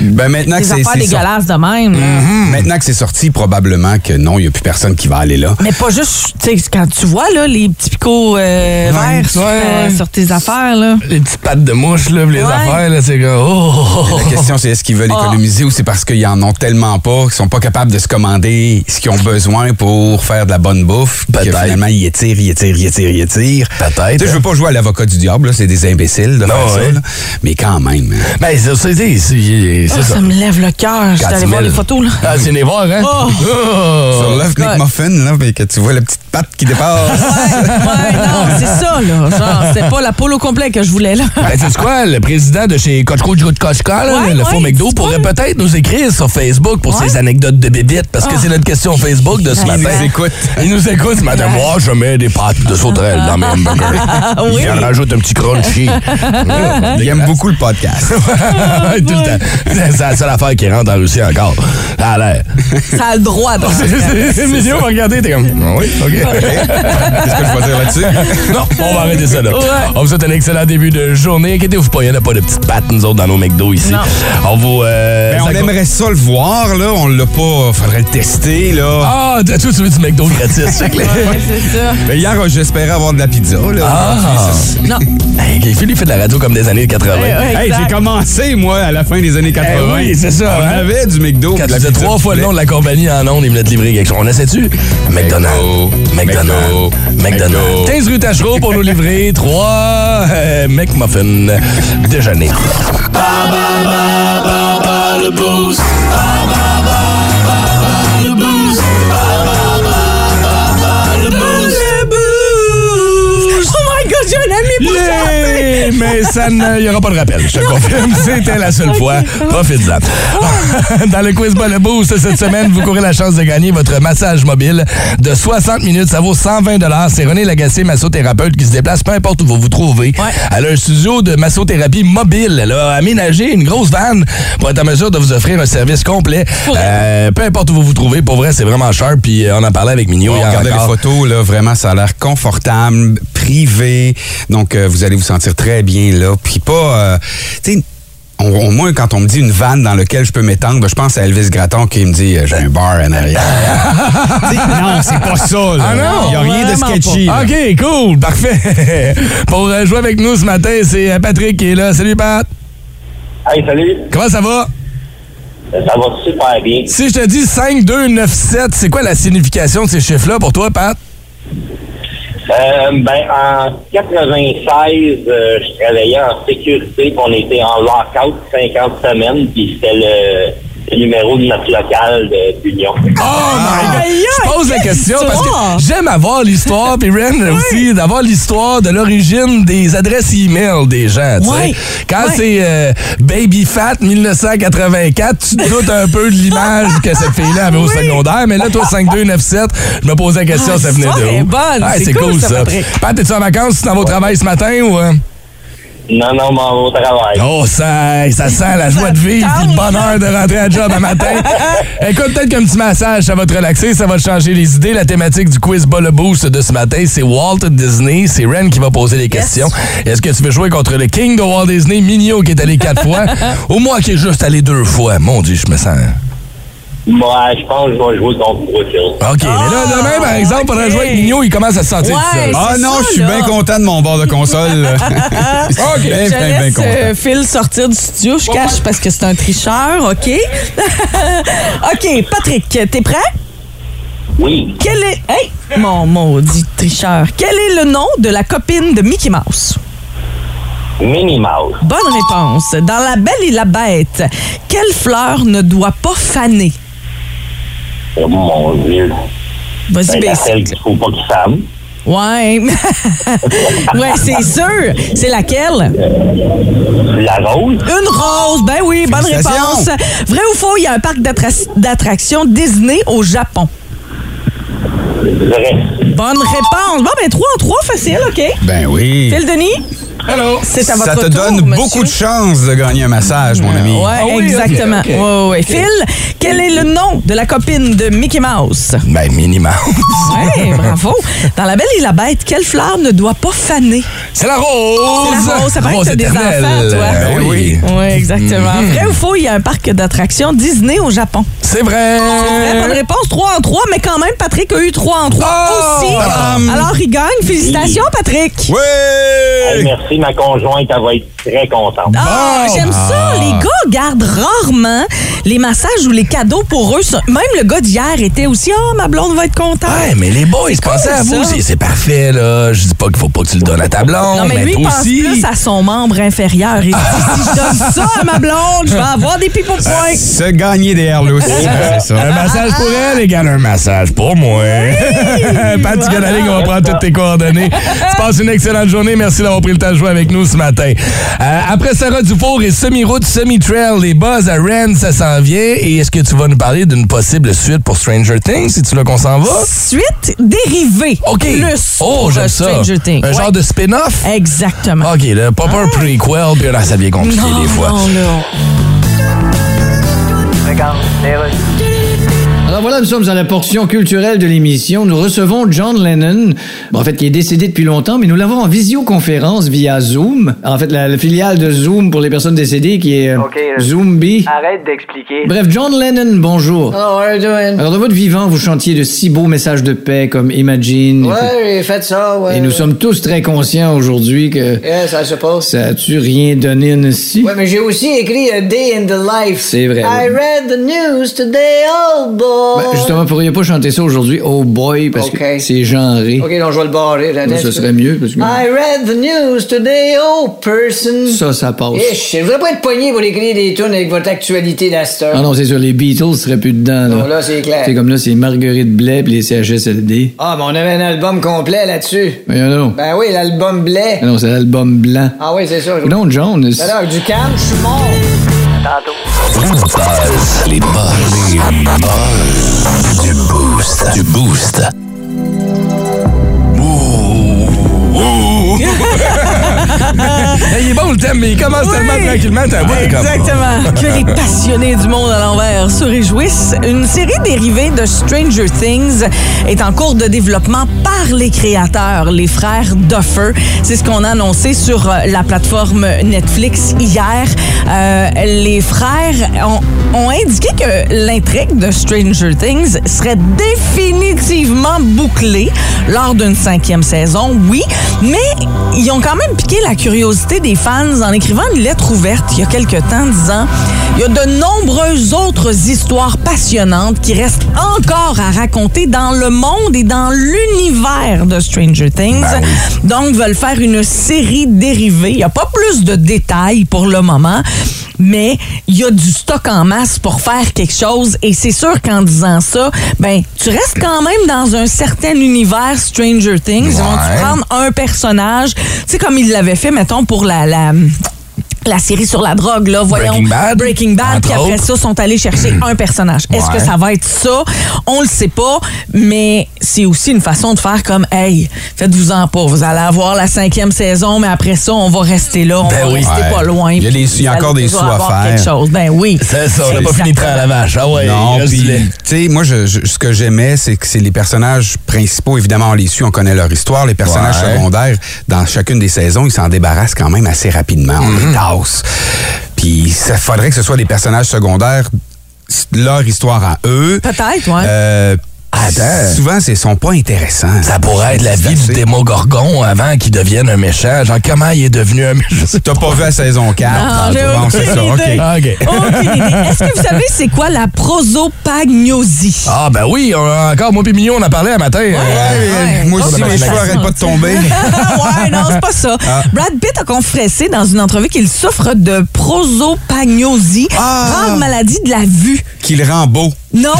[SPEAKER 5] Ben maintenant que
[SPEAKER 4] des
[SPEAKER 5] c'est
[SPEAKER 4] affaires
[SPEAKER 5] c'est sorti,
[SPEAKER 4] dégueulasses de même. là.
[SPEAKER 3] Mm-hmm. Hmm.
[SPEAKER 5] maintenant que c'est sorti, probablement que non, il n'y a plus personne qui va aller là.
[SPEAKER 4] Mais pas juste, tu sais, quand tu vois là, les petits picots euh, verts sur,
[SPEAKER 3] ouais,
[SPEAKER 4] euh,
[SPEAKER 3] ouais.
[SPEAKER 4] sur tes affaires. Là.
[SPEAKER 3] Les petites pattes de mouche, là, pis les
[SPEAKER 4] Ouais.
[SPEAKER 3] affaires, là, c'est comme. Oh, oh, oh.
[SPEAKER 5] La question, c'est est-ce qu'ils veulent
[SPEAKER 4] Ah.
[SPEAKER 5] économiser ou c'est parce qu'ils en ont tellement pas qu'ils sont pas capables de se commander ce qu'ils ont besoin pour faire de la bonne bouffe. puis que
[SPEAKER 3] Peut-être.
[SPEAKER 5] Finalement, ils étirent, ils étirent, ils étirent, ils étirent.
[SPEAKER 3] Peut-être, hein. Ah
[SPEAKER 5] Tu sais, Je veux pas jouer à l'avocat du diable, là, c'est des imbéciles de faire ça.
[SPEAKER 3] ouais.
[SPEAKER 5] là. Mais quand même. hein.
[SPEAKER 3] Ben, c'est c'est- c'est- c'est-
[SPEAKER 4] Ah,
[SPEAKER 3] c'est
[SPEAKER 4] ça.
[SPEAKER 3] ça.
[SPEAKER 4] me lève le cœur. Je suis
[SPEAKER 3] Quand
[SPEAKER 4] allée
[SPEAKER 3] tu
[SPEAKER 4] voir
[SPEAKER 3] mets
[SPEAKER 4] les
[SPEAKER 3] le-
[SPEAKER 4] photos. Là.
[SPEAKER 3] Ah, c'est les voir, hein?
[SPEAKER 4] Oh.
[SPEAKER 3] Oh.
[SPEAKER 5] Sur l'œuf
[SPEAKER 4] God.
[SPEAKER 5] McMuffin, là, mais que tu vois la petite patte qui dépasse.
[SPEAKER 4] ouais, non, c'est ça. là. Genre, c'est pas la poule au complet que je voulais. là.
[SPEAKER 3] Ben, sais quoi, le président de chez Cochco Cochka, là,
[SPEAKER 4] Ouais,
[SPEAKER 3] le faux
[SPEAKER 4] ouais,
[SPEAKER 3] McDo,
[SPEAKER 4] dis-moi.
[SPEAKER 3] pourrait peut-être nous écrire sur Facebook pour
[SPEAKER 4] Ouais.
[SPEAKER 3] ses anecdotes de bébites, parce que
[SPEAKER 4] Ah.
[SPEAKER 3] c'est notre question Facebook de ce
[SPEAKER 4] Il
[SPEAKER 3] matin.
[SPEAKER 5] nous écoute.
[SPEAKER 3] Il nous écoute ce matin. Moi, je mets des pâtes de sauterelle dans mes hamburgers.
[SPEAKER 4] Ah oui.
[SPEAKER 3] Il en rajoute un petit crunchy.
[SPEAKER 5] Il aime beaucoup le podcast.
[SPEAKER 3] Ouais, tout le temps. C'est c'est la seule affaire qui rentre en Russie encore. Ça a l'air.
[SPEAKER 4] Ça a le droit. donc.
[SPEAKER 3] C'est mignon, regardez, t'es comme. Ah Oui, OK.
[SPEAKER 5] Qu'est-ce que je peux dire là-dessus?
[SPEAKER 3] non, on va arrêter ça là.
[SPEAKER 4] Ouais.
[SPEAKER 3] On vous souhaite un excellent début de journée. Inquiétez-vous pas, il n'y en a pas de petites pattes, nous autres, dans nos McDo ici.
[SPEAKER 4] Non.
[SPEAKER 3] On vous. euh,
[SPEAKER 5] Ben, on
[SPEAKER 3] accompagne-
[SPEAKER 5] aimerait ça le voir, là. On l'a pas. Faudrait le tester, là.
[SPEAKER 3] Ah, de tout, tu veux du McDo gratis. Fait que les-
[SPEAKER 4] Ouais, c'est ça.
[SPEAKER 5] Ben, hier, j'espérais avoir de la pizza, là.
[SPEAKER 3] Ah!
[SPEAKER 4] Non.
[SPEAKER 3] Hey, Phil, il fait de la radio comme des années 80.
[SPEAKER 4] Ouais, ouais.
[SPEAKER 5] Ah Hey,
[SPEAKER 4] Exact.
[SPEAKER 5] j'ai commencé, moi, à la fin des années 80.
[SPEAKER 3] Eh oui, c'est ça,
[SPEAKER 5] On
[SPEAKER 3] hein?
[SPEAKER 5] avait du McDo.
[SPEAKER 3] Quand
[SPEAKER 5] de
[SPEAKER 3] tu
[SPEAKER 5] la
[SPEAKER 3] disais
[SPEAKER 5] pizza
[SPEAKER 3] trois
[SPEAKER 5] du
[SPEAKER 3] fois le
[SPEAKER 5] poulet.
[SPEAKER 3] nom de la compagnie en ondes, ils venaient te livrer quelque chose. On essaie-tu? McDonald's.
[SPEAKER 5] McDo,
[SPEAKER 3] McDonald's.
[SPEAKER 5] McDo.
[SPEAKER 3] McDonald's. 15 rue Tachereau pour nous livrer 3 McMuffin déjeuner.
[SPEAKER 4] Le boost. Oh my God, j'ai un ami pour ça.
[SPEAKER 3] ça ne- il n'y aura pas de rappel. Je te le confirme, c'était la seule fois. Profite-en. Dans le quiz Ball Boost cette semaine, vous courez la chance de gagner votre massage mobile de 60 minutes. Ça vaut 120 C'est René Lagacé, massothérapeute, qui se déplace peu importe où vous vous trouvez. Elle a un studio de massothérapie mobile. Elle a aménagé une grosse vanne pour être en mesure de vous offrir un service complet. Euh, peu importe où vous vous trouvez, pour vrai, c'est vraiment cher. Puis euh, on en parlait avec Mignot.
[SPEAKER 5] On
[SPEAKER 3] hier
[SPEAKER 5] regardait les
[SPEAKER 3] encore.
[SPEAKER 5] photos, là, vraiment, ça a l'air confortable, privé. Donc, euh, vous allez vous sentir très bien là. Puis pas, euh, tu sais, on- au moins quand on me dit une vanne dans laquelle je peux m'étendre, ben, je pense à Elvis Gratton qui me dit euh, j'ai un bar en arrière. Tu sais, non, c'est pas ça. Là.
[SPEAKER 3] Ah non,
[SPEAKER 5] Il y a rien de
[SPEAKER 4] vraiment
[SPEAKER 5] sketchy. là.
[SPEAKER 3] OK, cool, parfait. Pour euh, jouer avec nous ce matin, c'est euh, Patrick qui est là. Salut, Pat.
[SPEAKER 6] Hey, salut!
[SPEAKER 3] Comment ça va?
[SPEAKER 6] Ça va super bien.
[SPEAKER 3] Si je te dis 5, 2, 9, 7, c'est quoi la signification de ces chiffres-là pour toi, Pat?
[SPEAKER 6] Euh, ben, en 96, euh, je travaillais en sécurité, puis on était en lockout 50 semaines, puis c'était le, le numéro de notre local de- d'Union.
[SPEAKER 3] Oh my God!
[SPEAKER 4] Aïe,
[SPEAKER 3] Je pose la
[SPEAKER 4] quelle
[SPEAKER 3] question parce
[SPEAKER 4] histoire!
[SPEAKER 3] que j'aime avoir l'histoire, puis Ren aussi, d'avoir l'histoire de l'origine des adresses e-mail des gens. tu sais.
[SPEAKER 4] Ouais,
[SPEAKER 3] Quand
[SPEAKER 4] ouais.
[SPEAKER 3] c'est euh, Baby Fat 1984, tu te doutes un peu de l'image que cette fille-là avait au secondaire, mais là, toi, 5297, je me posais la question,
[SPEAKER 4] Ah,
[SPEAKER 3] ça venait
[SPEAKER 4] l'histoire
[SPEAKER 3] de
[SPEAKER 4] est
[SPEAKER 3] où?
[SPEAKER 4] bonne.
[SPEAKER 3] Ouais,
[SPEAKER 4] C'est
[SPEAKER 3] c'est cool,
[SPEAKER 4] cool, ça,
[SPEAKER 3] ça.
[SPEAKER 4] Patrick.
[SPEAKER 3] Pat, t'es-tu en vacances? Tu t'en vas au travail ce matin ou... euh?
[SPEAKER 6] Non, non, mais au travail.
[SPEAKER 3] Oh, ça, ça sent la joie de vivre et le bonheur de rentrer à job un matin. Écoute, peut-être qu'un petit massage, ça va te relaxer, ça va te changer les idées. La thématique du quiz Ball Boost de ce matin, c'est Walt Disney. C'est Ren qui va poser les questions. Est-ce que tu veux jouer contre le King de Walt Disney, Mignot, qui est allé quatre fois, ou moi qui est juste allé deux fois? Mon Dieu, je me sens...
[SPEAKER 6] Moi, je pense que je vais jouer contre Brookhill.
[SPEAKER 3] OK, mais là, demain, par exemple,
[SPEAKER 4] ok.
[SPEAKER 3] pendant jouer avec Mignot, il commence à se sentir
[SPEAKER 4] Ouais,
[SPEAKER 3] tout seul.
[SPEAKER 5] Ah
[SPEAKER 4] c'est
[SPEAKER 5] non,
[SPEAKER 4] ça,
[SPEAKER 5] je suis
[SPEAKER 4] là.
[SPEAKER 5] bien content de mon bar de console. là.
[SPEAKER 3] OK.
[SPEAKER 5] bien,
[SPEAKER 4] Je
[SPEAKER 5] bien, bien
[SPEAKER 4] laisse
[SPEAKER 5] content.
[SPEAKER 4] euh, Phil sortir du studio. Je cache parce que c'est un tricheur, OK? OK, Patrick, t'es prêt?
[SPEAKER 6] Oui.
[SPEAKER 4] Quel est... Hey! Mon maudit tricheur. Quel est le nom de la copine de Mickey Mouse?
[SPEAKER 6] Minnie Mouse.
[SPEAKER 4] Bonne réponse. Dans La Belle et la Bête, quelle fleur ne doit pas faner?
[SPEAKER 6] Oh, mon Dieu.
[SPEAKER 4] Vas-y,
[SPEAKER 6] Ben, la
[SPEAKER 4] baisse.
[SPEAKER 6] celle qu'il faut pas qu'il femme.
[SPEAKER 4] Ouais. ouais, c'est sûr. C'est laquelle?
[SPEAKER 6] La rose.
[SPEAKER 4] Une rose, ben oui, bonne
[SPEAKER 5] Félicitations.
[SPEAKER 4] réponse. Vrai ou faux, il y a un parc d'attra- d'attractions Disney au Japon.
[SPEAKER 6] Vrai.
[SPEAKER 4] Bonne réponse. Bon, ben 3 en 3, facile, OK.
[SPEAKER 5] Ben oui.
[SPEAKER 4] Phil Denis,
[SPEAKER 3] Hello.
[SPEAKER 4] c'est à votre
[SPEAKER 5] Ça te
[SPEAKER 4] tour,
[SPEAKER 5] donne
[SPEAKER 4] monsieur. Euh,
[SPEAKER 5] beaucoup de chances de gagner un massage, mon ami.
[SPEAKER 4] Ouais,
[SPEAKER 3] Ah oui,
[SPEAKER 4] exactement.
[SPEAKER 3] ok, ok.
[SPEAKER 4] Ouais, ouais. Phil, quel est le nom de la copine de Mickey Mouse?
[SPEAKER 3] Ben, minimum.
[SPEAKER 4] Ouais, bravo. Dans La Belle et la Bête, quelle fleur ne doit pas faner?
[SPEAKER 3] C'est la rose!
[SPEAKER 4] C'est la rose, ça paraît que
[SPEAKER 3] Rose
[SPEAKER 4] t'as des
[SPEAKER 3] éternelle.
[SPEAKER 4] enfants, toi.
[SPEAKER 3] Ben oui.
[SPEAKER 4] Oui, exactement. Vrai ou faux, il y a un parc d'attractions Disney au Japon.
[SPEAKER 3] C'est vrai.
[SPEAKER 4] Vrai, pas de réponse, 3 en 3, mais quand même, Patrick a eu 3 en 3
[SPEAKER 3] Oh!
[SPEAKER 4] aussi.
[SPEAKER 3] Tadam!
[SPEAKER 4] Alors, il gagne. Félicitations, Patrick.
[SPEAKER 6] Hey,
[SPEAKER 5] Ouais!
[SPEAKER 6] merci, ma conjointe, elle va être très contente.
[SPEAKER 4] Ah,
[SPEAKER 3] Oh, Bon.
[SPEAKER 4] j'aime ça. Les gars gardent rarement les massages ou les cadeaux pour eux. Ça- Même le gars d'hier était aussi Ah, ma blonde va être contente.
[SPEAKER 3] Ouais, mais les boys, pensez à
[SPEAKER 4] ça.
[SPEAKER 3] vous, c'est- c'est parfait, là. Je dis pas qu'il faut pas que tu le donnes à ta blonde,
[SPEAKER 4] Non, mais lui, il
[SPEAKER 3] toi
[SPEAKER 4] pense
[SPEAKER 3] aussi.
[SPEAKER 4] plus à son membre inférieur. Il dit si je donne ça à ma blonde, je vais avoir des pipos
[SPEAKER 3] Euh,
[SPEAKER 4] points.
[SPEAKER 5] Se gagner des airs, là aussi. c'est ça.
[SPEAKER 3] Un massage pour elle égale un massage pour moi. Pat
[SPEAKER 4] voilà.
[SPEAKER 3] Ticanaling, on va prendre toutes tes coordonnées. Tu passes une excellente journée. Merci d'avoir pris le temps de jouer avec nous ce matin. Euh, après Sarah Dufour et semi-route, semi-trail, les buzz à Rennes, ça s'en vient. Et est-ce que tu vas nous parler d'une possible suite pour Stranger Things, si tu veux qu'on s'en va?
[SPEAKER 4] Suite dérivée.
[SPEAKER 3] OK.
[SPEAKER 4] Plus.
[SPEAKER 3] oh,
[SPEAKER 4] pour, euh,
[SPEAKER 3] j'aime ça.
[SPEAKER 4] Stranger Things.
[SPEAKER 3] Un
[SPEAKER 4] Ouais.
[SPEAKER 3] genre de spin-off?
[SPEAKER 4] Exactement. Ah.
[SPEAKER 3] OK, le popper prequel, puis là, ça devient compliqué
[SPEAKER 4] non,
[SPEAKER 3] des fois.
[SPEAKER 4] non, non.
[SPEAKER 7] Alors voilà, nous sommes à la portion culturelle de l'émission. Nous recevons John Lennon, bon, en fait, qui est décédé depuis longtemps, mais nous l'avons en visioconférence via Zoom. En fait, la, la filiale de Zoom pour les personnes décédées qui est euh,
[SPEAKER 8] Ok, euh,
[SPEAKER 7] Zoombi.
[SPEAKER 8] Arrête d'expliquer.
[SPEAKER 7] Bref, John Lennon, bonjour.
[SPEAKER 8] Hello, Oh, how are you doing?
[SPEAKER 7] Alors, de votre vivant, vous chantiez de si beaux messages de paix comme Imagine.
[SPEAKER 8] Ouais, j'ai fait ça, ouais.
[SPEAKER 7] Et nous sommes tous très conscients aujourd'hui que
[SPEAKER 8] Yes, I suppose.
[SPEAKER 7] ça a-tu rien donné ainsi?
[SPEAKER 8] Ouais, mais j'ai aussi écrit A Day euh, in the Life.
[SPEAKER 7] C'est vrai,
[SPEAKER 8] I
[SPEAKER 7] ouais.
[SPEAKER 8] read the news today, oh boy. boy.
[SPEAKER 7] Ben, justement, vous pourriez pas chanter ça aujourd'hui, oh boy, parce
[SPEAKER 8] Ok.
[SPEAKER 7] que c'est genré.
[SPEAKER 8] OK, donc je vais le barrer. là.
[SPEAKER 7] Ça, ça serait mieux, parce que-
[SPEAKER 8] I read the news today, oh person. Eh,
[SPEAKER 7] Ça, ça passe.
[SPEAKER 8] Ish, je voudrais pas être poigné pour écrire des tunes avec votre actualité d'Aster.
[SPEAKER 7] Ah non, c'est sûr, les Beatles seraient plus dedans, là.
[SPEAKER 8] Non, là, c'est clair.
[SPEAKER 7] C'est comme là, c'est Marguerite Blais puis les CHSLD.
[SPEAKER 8] Ah, mais on avait un album complet là-dessus.
[SPEAKER 7] Mais non, non.
[SPEAKER 8] Ben oui, l'album Blais.
[SPEAKER 7] Ah non, c'est l'album blanc.
[SPEAKER 8] Ah oui, c'est ça. je-
[SPEAKER 7] Non, John. c'est-
[SPEAKER 8] Ben là, avec du calme, je suis mort.
[SPEAKER 1] Les buzz. Du boost. Du boost.
[SPEAKER 3] Hey, il est bon le thème, mais il commence tellement
[SPEAKER 4] Oui.
[SPEAKER 3] tranquillement, t'as un bout de comme-
[SPEAKER 4] Exactement. Que les passionnés du monde à l'envers se réjouissent. Une série dérivée de Stranger Things est en cours de développement par les créateurs, les frères Duffer. C'est ce qu'on a annoncé sur euh, la plateforme Netflix hier. Euh, les frères ont, ont indiqué que l'intrigue de Stranger Things serait définitivement bouclée lors d'une cinquième saison, oui, mais ils ont quand même piqué la curiosité des fans en écrivant une lettre ouverte il y a quelque temps disant il y a de nombreuses autres histoires passionnantes qui restent encore à raconter dans le monde et dans l'univers de Stranger Things. Donc veulent faire une série dérivée. Il n'y a pas plus de détails pour le moment. Mais il y a du stock en masse pour faire quelque chose et c'est sûr qu'en disant ça, ben tu restes quand même dans un certain univers Stranger Things. Ils vont
[SPEAKER 3] Ouais.
[SPEAKER 4] te prendre un personnage, tu sais comme ils l'avaient fait mettons pour la la la série sur la drogue là, voyons
[SPEAKER 3] Breaking Bad.
[SPEAKER 4] Breaking Bad,
[SPEAKER 3] Entre
[SPEAKER 4] puis après
[SPEAKER 3] autres.
[SPEAKER 4] ça sont allés chercher un personnage. Est-ce
[SPEAKER 3] Ouais.
[SPEAKER 4] que ça va être ça On le sait pas, mais c'est aussi une façon de faire comme hey, faites-vous en pas, vous allez avoir la cinquième saison, mais après ça on va rester là, on
[SPEAKER 3] Ben
[SPEAKER 4] va
[SPEAKER 3] oui.
[SPEAKER 4] rester
[SPEAKER 5] Ouais.
[SPEAKER 4] pas loin.
[SPEAKER 5] Il y a
[SPEAKER 4] puis
[SPEAKER 5] les- il y a
[SPEAKER 4] vous
[SPEAKER 5] encore
[SPEAKER 4] allez
[SPEAKER 5] des
[SPEAKER 4] toujours
[SPEAKER 5] sous à
[SPEAKER 4] avoir quelque
[SPEAKER 5] faire.
[SPEAKER 4] chose. Ben oui.
[SPEAKER 3] C'est ça, on n'a pas fini de prendre la vache. Ah ouais,
[SPEAKER 5] non,
[SPEAKER 3] il reste
[SPEAKER 5] puis,
[SPEAKER 3] du lait.
[SPEAKER 5] tu sais, moi, je- je- ce que j'aimais, c'est que c'est les personnages principaux. Évidemment, on les suit, on connaît leur histoire. Les personnages
[SPEAKER 3] Ouais.
[SPEAKER 5] secondaires, dans chacune des saisons, ils s'en débarrassent quand même assez rapidement. On
[SPEAKER 3] Mhm.
[SPEAKER 5] les tasse. Puis, ça faudrait que ce soit des personnages secondaires, leur histoire à eux.
[SPEAKER 4] Peut-être, ouais.
[SPEAKER 5] Euh,
[SPEAKER 3] Attends.
[SPEAKER 5] Souvent, ils sont pas intéressants.
[SPEAKER 3] Ça pourrait être la vie du démogorgon avant qu'il devienne un méchant. Genre, comment il est devenu un méchant?
[SPEAKER 5] T'as pas vu la saison 4.
[SPEAKER 4] Non, j'ai
[SPEAKER 5] Bon,
[SPEAKER 4] aucune
[SPEAKER 5] c'est ça, OK.
[SPEAKER 4] idée.
[SPEAKER 3] Ah, OK.
[SPEAKER 4] Aucune idée. Est-ce que vous savez c'est quoi la prosopagnosie
[SPEAKER 3] Ah, ben oui, on- encore moi et Mignon, on en parlait un matin. euh,
[SPEAKER 5] Ouais, mais
[SPEAKER 4] Ouais.
[SPEAKER 5] Moi
[SPEAKER 3] Ça,
[SPEAKER 5] aussi,
[SPEAKER 3] c'est
[SPEAKER 5] mes cheveux
[SPEAKER 3] relaxant,
[SPEAKER 5] arrêtent pas de tomber.
[SPEAKER 4] ouais, non, c'est pas ça. Brad Pitt a confessé dans une entrevue qu'il souffre de prosopagnosie,
[SPEAKER 5] Ah!
[SPEAKER 4] grave maladie de la vue.
[SPEAKER 5] Qu'il rend beau.
[SPEAKER 4] Non.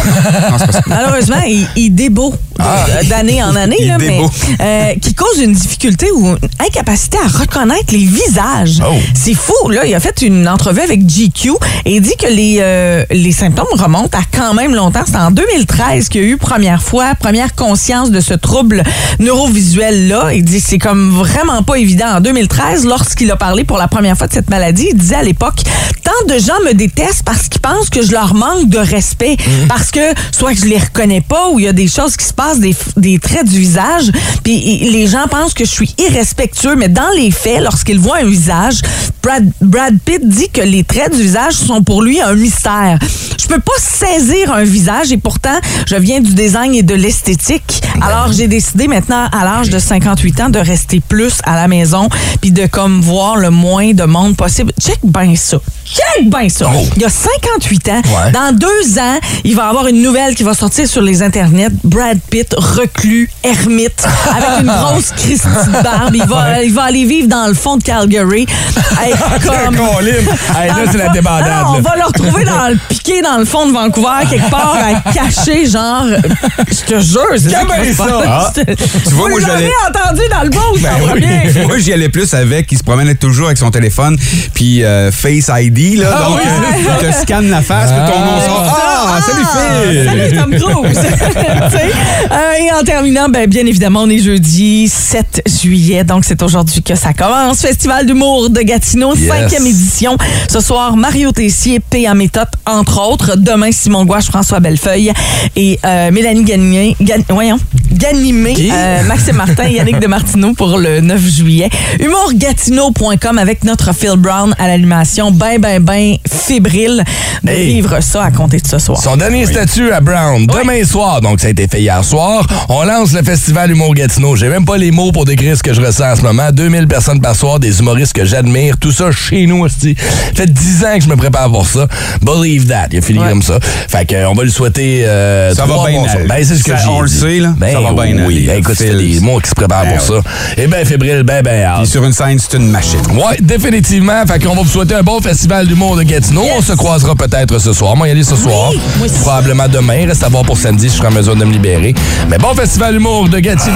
[SPEAKER 4] Malheureusement, il, il débeau de- Euh, d'année en année,
[SPEAKER 5] Il
[SPEAKER 4] là, mais
[SPEAKER 5] débeau.
[SPEAKER 4] euh, qui cause une difficulté ou une incapacité à reconnaître les visages.
[SPEAKER 3] Oh.
[SPEAKER 4] C'est fou. Là, il a fait une entrevue avec GQ et il dit que les, euh, les symptômes remontent à quand même longtemps. C'est en 2013 qu'il y a eu première fois, première conscience de ce trouble neurovisuel-là. Il dit que c'est comme vraiment pas évident. En 2013, lorsqu'il a parlé pour la première fois de cette maladie, il disait à l'époque, tant de gens me détestent parce qu'ils pensent que je leur manque de respect, parce que soit que je les reconnais pas ou il y a des choses qui se passent, des, des traits du visage, puis i- les gens pensent que je suis irrespectueux, mais dans les faits, lorsqu'ils voient un visage, Brad, Brad Pitt dit que les traits du visage sont pour lui un mystère. Je peux pas saisir un visage et pourtant, je viens du design et de l'esthétique. Alors, j'ai décidé maintenant, à l'âge de 58 ans, de rester plus à la maison puis de comme voir le moins de monde possible. Check bien ça. Check bien ça. Il y a 58 ans,
[SPEAKER 3] Ouais.
[SPEAKER 4] dans deux ans, il va y avoir une nouvelle qui va sortir sur les internets. Brad Pitt, reclus, ermite, avec une grosse Christie de barbe. Il va, il va aller vivre dans le fond de Calgary. Hey, comme-
[SPEAKER 3] Colin. Hey, là, c'est la débandade.
[SPEAKER 4] Ah, on
[SPEAKER 3] là.
[SPEAKER 4] va le retrouver dans le piqué, dans le fond de Vancouver, quelque part, à cacher, genre. Je te jure, c'est ça.
[SPEAKER 3] Comment
[SPEAKER 4] qui va se
[SPEAKER 3] ça?
[SPEAKER 4] passer.
[SPEAKER 5] Tu
[SPEAKER 4] Vous
[SPEAKER 5] vois, moi,
[SPEAKER 4] l'avez
[SPEAKER 5] j'allais- Ben
[SPEAKER 4] entendu dans le bout, ça va bien.
[SPEAKER 5] Moi, j'y allais plus avec. Il se promenait toujours avec son téléphone. Puis euh, Face ID, là.
[SPEAKER 4] Ah
[SPEAKER 5] donc, euh, il te scanne la face, puis ton nom sort. Ah, salut Phil!
[SPEAKER 4] Salut Tom Cruise! Tu sais, euh, et en terminant, ben, bien évidemment, on est jeudi 7 juillet, donc c'est aujourd'hui que ça commence. Festival d'humour de Gatineau,
[SPEAKER 3] Yes.
[SPEAKER 4] cinquième édition. Ce soir, Mario Tessier, P.A. Méthode, entre autres. Demain, Simon Gouache, François Bellefeuille et euh, Mélanie Gagné. Gagn- voyons, d'animer euh, Maxime Martin et Yannick Demartino pour le 9 juillet. Humourgatineau.com avec notre Phil Brown à l'animation. Ben, ben, ben fébrile de vivre ça à compter de ce soir.
[SPEAKER 3] Son dernier statut à Brown, demain soir, donc ça a été fait hier soir, on lance le festival Humour Gatineau. J'ai même pas les mots pour décrire ce que je ressens en ce moment. 2000 personnes par soir, des humoristes que j'admire, tout ça chez nous aussi. Ça fait 10 ans que je me prépare à voir ça. Believe that, il a fini comme ça. Fait que, euh, on va lui souhaiter euh,
[SPEAKER 5] Ça va
[SPEAKER 3] trois
[SPEAKER 5] bien
[SPEAKER 3] bons
[SPEAKER 5] aller.
[SPEAKER 3] soirs. Ben, c'est ce que
[SPEAKER 5] Ça,
[SPEAKER 3] j'ai
[SPEAKER 5] on le
[SPEAKER 3] dit.
[SPEAKER 5] sait, là.
[SPEAKER 3] Ben,
[SPEAKER 5] Ça va bien
[SPEAKER 3] oui,
[SPEAKER 5] aller.
[SPEAKER 3] ben, écoute, c'est
[SPEAKER 5] Phil.
[SPEAKER 3] des mots qui se préparent
[SPEAKER 5] Ben
[SPEAKER 3] pour ça. Et ben, fébrile, ben, ben, hâte.
[SPEAKER 5] Puis sur une scène, c'est une machine.
[SPEAKER 3] Ouais, définitivement. Fait qu'on va vous souhaiter un bon festival d'humour de Gatineau. On se croisera peut-être ce soir. Moi, y aller ce soir.
[SPEAKER 4] moi aussi.
[SPEAKER 3] Probablement demain. Reste à voir pour samedi si je serai en mesure de me libérer. Mais bon festival d'humour de Gatineau.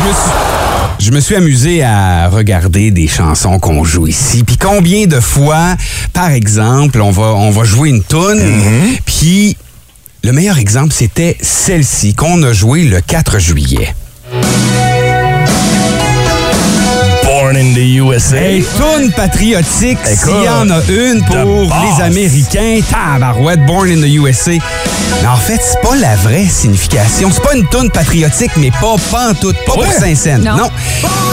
[SPEAKER 5] Je me suis, je me suis amusé à regarder des chansons qu'on joue ici. Puis combien de fois, par exemple, on va, on va jouer une toune,
[SPEAKER 3] Mm-hmm.
[SPEAKER 5] puis le meilleur exemple, c'était celle-ci qu'on a jouée le 4 juillet.
[SPEAKER 3] Born in the USA.
[SPEAKER 5] Hey, toune patriotique,
[SPEAKER 3] Écoute,
[SPEAKER 5] s'il y en a une
[SPEAKER 3] de
[SPEAKER 5] pour
[SPEAKER 3] basse.
[SPEAKER 5] les Américains, tabarouette, born in the USA. Mais en fait, c'est pas la vraie signification. C'est pas une toune patriotique, mais pas pantoute, pas pour
[SPEAKER 3] Ouais.
[SPEAKER 5] Saint-Saëns. Non.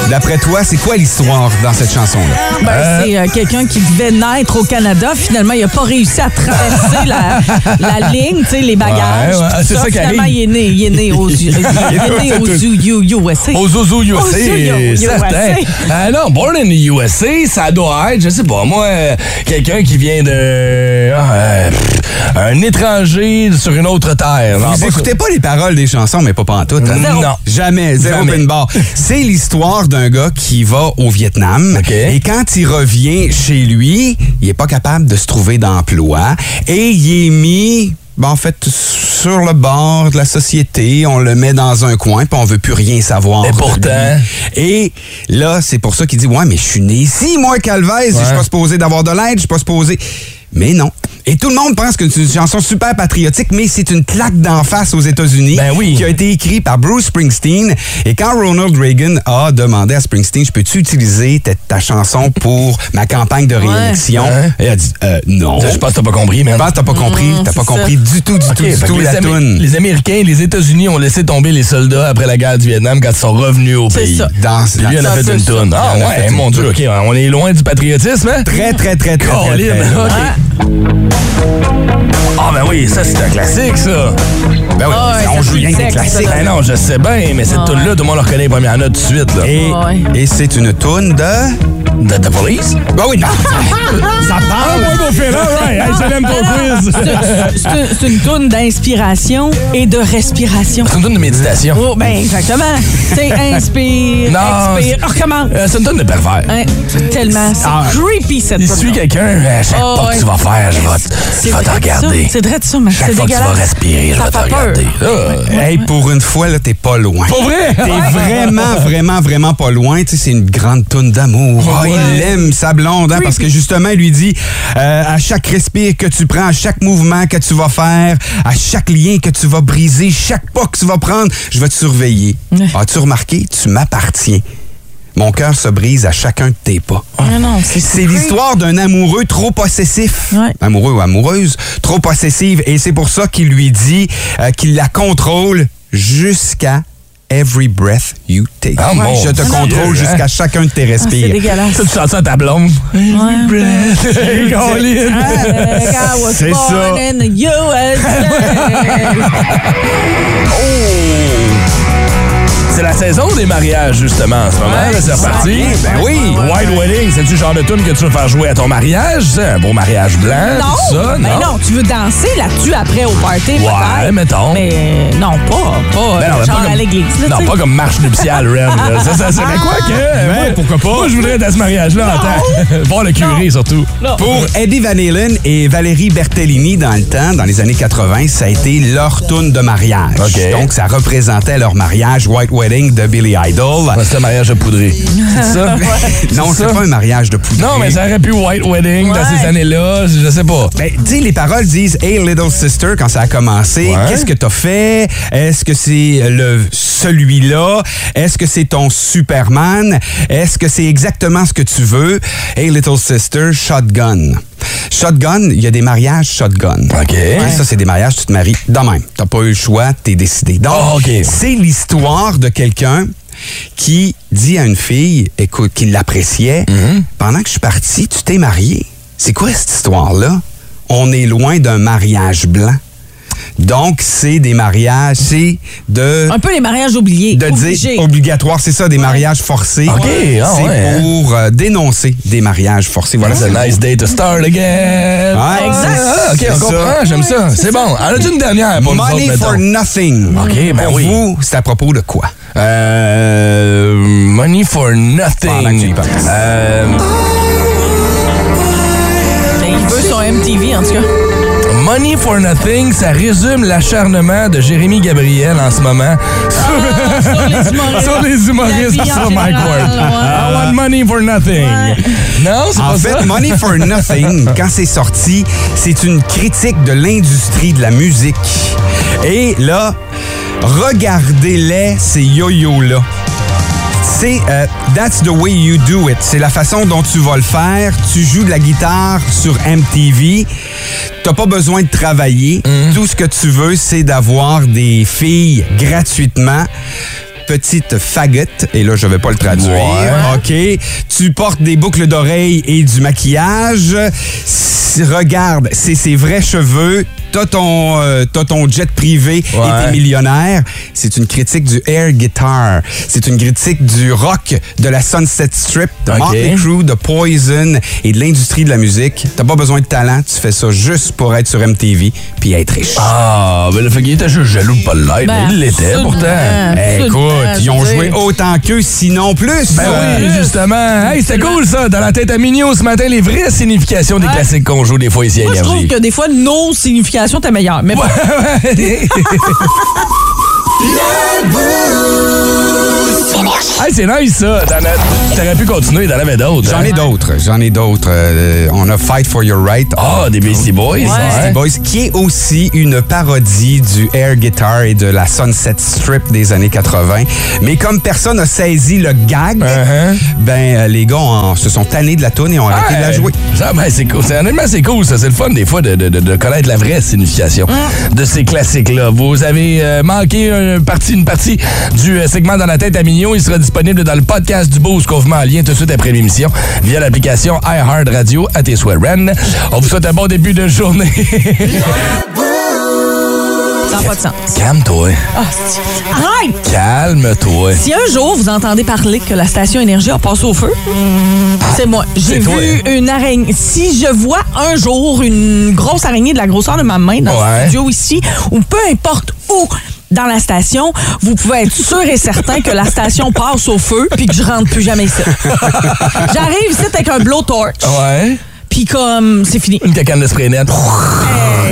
[SPEAKER 5] D'après toi, c'est quoi l'histoire dans cette chanson-là?
[SPEAKER 4] Ben, c'est euh, quelqu'un qui devait naître au Canada. Finalement, il n'a pas réussi à traverser la, la ligne, tu sais, les bagages.
[SPEAKER 3] Ouais, ouais,
[SPEAKER 4] tout
[SPEAKER 3] c'est ça qui
[SPEAKER 4] Finalement,
[SPEAKER 3] arrive.
[SPEAKER 4] il est né, il est né aux, il est né aux U- U- USA.
[SPEAKER 3] Aux Ouzou USA,
[SPEAKER 4] Aux Ouzou USA.
[SPEAKER 3] certain. Ah non, Born in the USA, ça doit être, je sais pas, moi, euh, quelqu'un qui vient de... ah, euh, pff, un étranger sur une autre terre. Non,
[SPEAKER 5] Vous
[SPEAKER 3] pas
[SPEAKER 5] écoutez pas les paroles des chansons, mais pas pantoute. hein?
[SPEAKER 3] Zéro. Non.
[SPEAKER 5] Jamais. Zéro
[SPEAKER 3] Jamais.
[SPEAKER 5] pin bar. C'est l'histoire d'un gars qui va au Vietnam.
[SPEAKER 3] OK.
[SPEAKER 5] Et quand il revient chez lui, il est pas capable de se trouver d'emploi. Et il est mis... ben, en fait, sur le bord de la société, on le met dans un coin, puis on veut plus rien savoir.
[SPEAKER 3] Et
[SPEAKER 5] de
[SPEAKER 3] pourtant.
[SPEAKER 5] lui. Et là, c'est pour ça qu'il dit Ouais, mais je suis né ici, moi, Calvez, je suis pas supposé d'avoir de l'aide, je suis pas supposé. Mais non. Et tout le monde pense que c'est une chanson super patriotique, mais c'est une claque d'en face aux États-Unis
[SPEAKER 3] Ben oui.
[SPEAKER 5] qui a été écrit par Bruce Springsteen. Et quand Ronald Reagan a demandé à Springsteen, je peux-tu utiliser ta, ta chanson pour ma campagne de réélection?
[SPEAKER 3] Ouais.
[SPEAKER 5] Et il a dit, Euh, non.
[SPEAKER 3] Ça, Je pense que t'as pas compris, man.
[SPEAKER 5] Je pense que t'as pas compris. T'as pas compris du tout, du
[SPEAKER 3] Ok,
[SPEAKER 5] tout,
[SPEAKER 3] fait
[SPEAKER 5] du
[SPEAKER 3] que
[SPEAKER 5] tout
[SPEAKER 3] les,
[SPEAKER 5] la
[SPEAKER 3] Amé-
[SPEAKER 5] toune.
[SPEAKER 3] les Américains, les États-Unis ont laissé tomber les soldats après la guerre du Vietnam quand ils sont revenus au
[SPEAKER 4] C'est
[SPEAKER 3] pays.
[SPEAKER 4] ça.
[SPEAKER 5] Dans,
[SPEAKER 3] Puis lui,
[SPEAKER 5] dans-
[SPEAKER 3] il en a fait une toune. Ah
[SPEAKER 5] Il en a fait
[SPEAKER 3] ouais,
[SPEAKER 5] une
[SPEAKER 3] mon Dieu, OK, on est loin du patriotisme, hein?
[SPEAKER 5] Très, très, très, très, très,
[SPEAKER 3] Colin,
[SPEAKER 5] très loin.
[SPEAKER 3] OK. Ah ben oui, ça, c'est un classique, ça.
[SPEAKER 5] Ben oui,
[SPEAKER 4] Ah ouais,
[SPEAKER 5] on
[SPEAKER 4] ça
[SPEAKER 5] joue
[SPEAKER 4] fait
[SPEAKER 5] rien que des
[SPEAKER 4] sec, ça, Ah
[SPEAKER 5] classiques.
[SPEAKER 4] là.
[SPEAKER 3] Ben non, je sais bien, mais cette toune-là, tout le monde la reconnaît les premières notes tout de suite, là.
[SPEAKER 5] Et,
[SPEAKER 4] Ah ouais.
[SPEAKER 5] et c'est une toune de...
[SPEAKER 3] De The Police?
[SPEAKER 5] Ben oui, non. ça parle.
[SPEAKER 3] hein?
[SPEAKER 4] Ah, C'est- C'est c'est une toune d'inspiration et de respiration.
[SPEAKER 3] C'est une toune de méditation.
[SPEAKER 4] Oh, ben, exactement. C'est inspire,
[SPEAKER 3] Non,
[SPEAKER 4] expire, on recommence.
[SPEAKER 3] Euh, c'est une toune de pervers.
[SPEAKER 4] Hein, tellement, c'est
[SPEAKER 5] Ah.
[SPEAKER 4] creepy cette
[SPEAKER 3] Il
[SPEAKER 4] toune-là.
[SPEAKER 3] suit quelqu'un, euh, à chaque
[SPEAKER 4] Oh,
[SPEAKER 3] pas que
[SPEAKER 4] ouais.
[SPEAKER 3] tu vas faire, je vais, te-
[SPEAKER 4] C'est
[SPEAKER 3] je
[SPEAKER 4] vrai
[SPEAKER 3] vais te
[SPEAKER 4] que ça.
[SPEAKER 3] regarder.
[SPEAKER 4] C'est vrai de ça, mais
[SPEAKER 3] Chaque
[SPEAKER 4] c'est
[SPEAKER 3] fois que tu vas
[SPEAKER 4] dégueulasse.
[SPEAKER 3] respirer, je
[SPEAKER 4] Ça
[SPEAKER 3] vais te
[SPEAKER 4] fait peur.
[SPEAKER 3] regarder. Ah.
[SPEAKER 5] Hey, pour une fois, là, t'es pas loin.
[SPEAKER 3] Pas vrai?
[SPEAKER 5] T'es vraiment, vraiment, vraiment pas loin. Tu sais, c'est une grande toune d'amour. Ah, il aime sa blonde, hein, parce que justement, il lui dit, euh, à chaque respire que tu prends, à chaque mouvement que tu vas faire, à chaque lien que tu vas briser, chaque pas que tu vas prendre, je vais te surveiller. As-tu remarqué? Tu m'appartiens. Mon cœur se brise à chacun de tes pas.
[SPEAKER 4] Non, Ah non, c'est
[SPEAKER 5] C'est l'histoire d'un amoureux trop possessif.
[SPEAKER 4] Ouais.
[SPEAKER 5] Amoureux ou amoureuse, trop possessive. Et c'est pour ça qu'il lui dit euh, qu'il la contrôle jusqu'à every breath you take.
[SPEAKER 3] Ah, mon
[SPEAKER 5] Je te
[SPEAKER 3] Dieu,
[SPEAKER 5] contrôle
[SPEAKER 3] hein?
[SPEAKER 5] jusqu'à chacun de tes
[SPEAKER 4] Ah, C'est
[SPEAKER 5] respires.
[SPEAKER 4] dégueulasse.
[SPEAKER 3] Ça, tu sens ça à ta blonde.
[SPEAKER 5] C'est
[SPEAKER 4] C'est
[SPEAKER 5] ça.
[SPEAKER 3] Oh, C'est la saison des mariages, justement, en ce moment. là, c'est reparti.
[SPEAKER 5] Ben oui.
[SPEAKER 3] White Wedding, c'est-tu le genre de tune que tu veux faire jouer à ton mariage? C'est un beau mariage blanc, tout
[SPEAKER 4] Non,
[SPEAKER 3] Ben, ça?
[SPEAKER 4] mais non. tu veux danser là-dessus après au party,
[SPEAKER 3] Ouais,
[SPEAKER 4] peut-être.
[SPEAKER 3] mettons.
[SPEAKER 4] Mais euh, non, pas, pas
[SPEAKER 3] Ben non,
[SPEAKER 4] euh,
[SPEAKER 3] mais
[SPEAKER 4] genre
[SPEAKER 3] pas comme-
[SPEAKER 4] à l'église. là,
[SPEAKER 3] Non,
[SPEAKER 4] tu sais.
[SPEAKER 3] pas comme marche nuptiale, Ren. là. Ça, ça serait quoi que.
[SPEAKER 5] Ah,
[SPEAKER 3] moi, pourquoi pas? Moi, je voudrais être à ce mariage-là en temps. Voir le curé, surtout.
[SPEAKER 5] Pour Eddie Van Halen et Valérie Bertellini, dans le temps, dans les années 80, ça a été leur tune de mariage.
[SPEAKER 3] OK.
[SPEAKER 5] Donc, ça représentait leur mariage White Wedding de Billy Idol.
[SPEAKER 3] Ouais, C'est un mariage de poudré. C'est ça?
[SPEAKER 5] Non,
[SPEAKER 3] ça.
[SPEAKER 5] c'est pas un mariage de poudre.
[SPEAKER 3] Non, mais ça aurait pu White Wedding dans
[SPEAKER 4] Ouais.
[SPEAKER 3] ces années-là, je je sais pas.
[SPEAKER 5] Ben, tu sais, les paroles disent Hey little sister quand ça a commencé.
[SPEAKER 3] Ouais.
[SPEAKER 5] Qu'est-ce que t'as fait? Est-ce que c'est le celui-là? Est-ce que c'est ton Superman? Est-ce que c'est exactement ce que tu veux? Hey little sister, shotgun. Shotgun, il y a des mariages shotgun.
[SPEAKER 3] OK.
[SPEAKER 5] Et Ça, c'est des mariages, tu te maries de même. T'as pas eu le choix, t'es décidé. Donc,
[SPEAKER 3] Ah, OK.
[SPEAKER 5] c'est l'histoire de quelqu'un qui dit à une fille, écoute, qui l'appréciait,
[SPEAKER 3] Mhm.
[SPEAKER 5] pendant que je suis parti, tu t'es marié. C'est quoi cette histoire-là? On est loin d'un mariage blanc. Donc, c'est des mariages, c'est de
[SPEAKER 4] Un peu les mariages oubliés.
[SPEAKER 5] de
[SPEAKER 4] Obligés.
[SPEAKER 5] dire obligatoire, c'est ça, des mariages forcés.
[SPEAKER 3] Ok, ah
[SPEAKER 5] c'est
[SPEAKER 3] ouais, hein?
[SPEAKER 5] pour euh, dénoncer des mariages forcés. Voilà,
[SPEAKER 3] It's a
[SPEAKER 5] c'est
[SPEAKER 3] nice day to start again.
[SPEAKER 5] Ouais, exact.
[SPEAKER 3] Ah, ok,
[SPEAKER 5] C'est
[SPEAKER 3] on
[SPEAKER 5] ça.
[SPEAKER 3] comprend, j'aime ça. C'est bon. En as-tu une dernière pour nous autres,
[SPEAKER 5] Money for
[SPEAKER 3] mettons?
[SPEAKER 5] nothing.
[SPEAKER 3] Ok, ben
[SPEAKER 5] pour
[SPEAKER 3] oui.
[SPEAKER 5] vous, c'est à propos de quoi?
[SPEAKER 3] Euh, money for
[SPEAKER 5] Pendant que tu y
[SPEAKER 3] nothing.
[SPEAKER 5] penses.
[SPEAKER 3] Euh,
[SPEAKER 4] Mais Ben, il veut son MTV, en tout cas.
[SPEAKER 3] money for nothing, ça résume l'acharnement de Jérémy Gabriel en ce moment
[SPEAKER 4] Ah, Sur les humoristes.
[SPEAKER 3] sur les humoristes
[SPEAKER 4] La vie en
[SPEAKER 3] sur Mike
[SPEAKER 4] général,
[SPEAKER 3] Ward.
[SPEAKER 4] ouais.
[SPEAKER 3] I want money for nothing. Non, c'est
[SPEAKER 5] En
[SPEAKER 3] pas
[SPEAKER 5] fait,
[SPEAKER 3] ça.
[SPEAKER 5] Money for Nothing, quand c'est sorti, c'est une critique de l'industrie de la musique. Et là, regardez-les, ces yo-yo-là. C'est euh, That's the way you do it. C'est la façon dont tu vas le faire. Tu joues de la guitare sur MTV. T'as pas besoin de travailler.
[SPEAKER 3] Mm-hmm.
[SPEAKER 5] Tout ce que tu veux, c'est d'avoir des filles gratuitement. Petite fagotte, et là je vais pas le traduire. OK. Tu portes des boucles d'oreilles et du maquillage. S- Regarde, c'est ses vrais cheveux. T'as ton, euh, t'as ton jet privé et
[SPEAKER 3] Ouais.
[SPEAKER 5] t'es millionnaire. C'est une critique du air guitar. C'est une critique du rock, de la Sunset Strip, de
[SPEAKER 3] OK.
[SPEAKER 5] Motley Crue, de Poison et de l'industrie de la musique. T'as pas besoin de talent, tu fais ça juste pour être sur MTV puis être riche.
[SPEAKER 3] Ah, ben le fait qu'il était juste jaloux de pas
[SPEAKER 5] Eh,
[SPEAKER 4] Ben,
[SPEAKER 3] l'être. mais il l'était
[SPEAKER 4] absolument,
[SPEAKER 3] pourtant.
[SPEAKER 4] absolument,
[SPEAKER 5] Écoute, ils ont
[SPEAKER 4] je veux
[SPEAKER 5] joué
[SPEAKER 4] dire.
[SPEAKER 5] autant qu'eux, sinon plus. Ah
[SPEAKER 3] Ben oui, justement. Hey, c'était cool ça. Dans la tête à Mignot ce matin, les vraies significations des
[SPEAKER 4] Ouais.
[SPEAKER 3] classiques qu'on joue des fois ici à
[SPEAKER 4] Moi, je trouve
[SPEAKER 3] Énergie.
[SPEAKER 4] que des fois, nos significations étaient meilleures. Mais bon,
[SPEAKER 3] Hey, c'est nice ça. Dans la- T'aurais pu continuer, d'en avait d'autres.
[SPEAKER 5] J'en ai
[SPEAKER 3] hein?
[SPEAKER 5] d'autres, j'en ai d'autres. Euh, on a Fight for Your Right. Oh.
[SPEAKER 3] Ah, des Beastie Boys.
[SPEAKER 5] Beastie
[SPEAKER 3] ouais.
[SPEAKER 5] Boys, qui est aussi une parodie du air guitar et de la Sunset Strip des années 80. Mais comme personne n'a saisi le gag,
[SPEAKER 3] Uh-huh.
[SPEAKER 5] ben euh, les gars en- se sont tannés de la toune et ont arrêté de la
[SPEAKER 4] euh,
[SPEAKER 3] Hey,
[SPEAKER 5] jouer.
[SPEAKER 3] ça, ben, c'est cool. C'est- Honnêtement, c'est cool, ça. C'est le fun, des fois, de, de- de- de connaître la vraie signification de ces classiques-là. Vous avez euh, manqué un parti- une partie du euh, segment Dans la tête à Mignon. Il sera disponible dans le podcast du Boost qu'on vous met en lien tout de suite après l'émission via l'application iHeartRadio à tes souhaits, Ren. On vous souhaite un bon début de journée.
[SPEAKER 4] ça n'a pas de sens.
[SPEAKER 3] Calme-toi.
[SPEAKER 4] Ah, c'est- Arrête!
[SPEAKER 3] Calme-toi.
[SPEAKER 4] Si un jour vous entendez parler que la station énergie a passé au feu, c'est moi. J'ai
[SPEAKER 3] C'est toi, hein.
[SPEAKER 4] vu une araignée. Si je vois un jour une grosse araignée de la grosseur de ma main dans
[SPEAKER 3] Ouais.
[SPEAKER 4] le studio ici, ou peu importe où dans la station, vous pouvez être sûr et certain que la station passe au feu puis que je rentre plus jamais ici. J'arrive ici avec un blowtorch.
[SPEAKER 3] Ouais.
[SPEAKER 4] Puis comme, c'est fini.
[SPEAKER 3] Une cacane de spray net.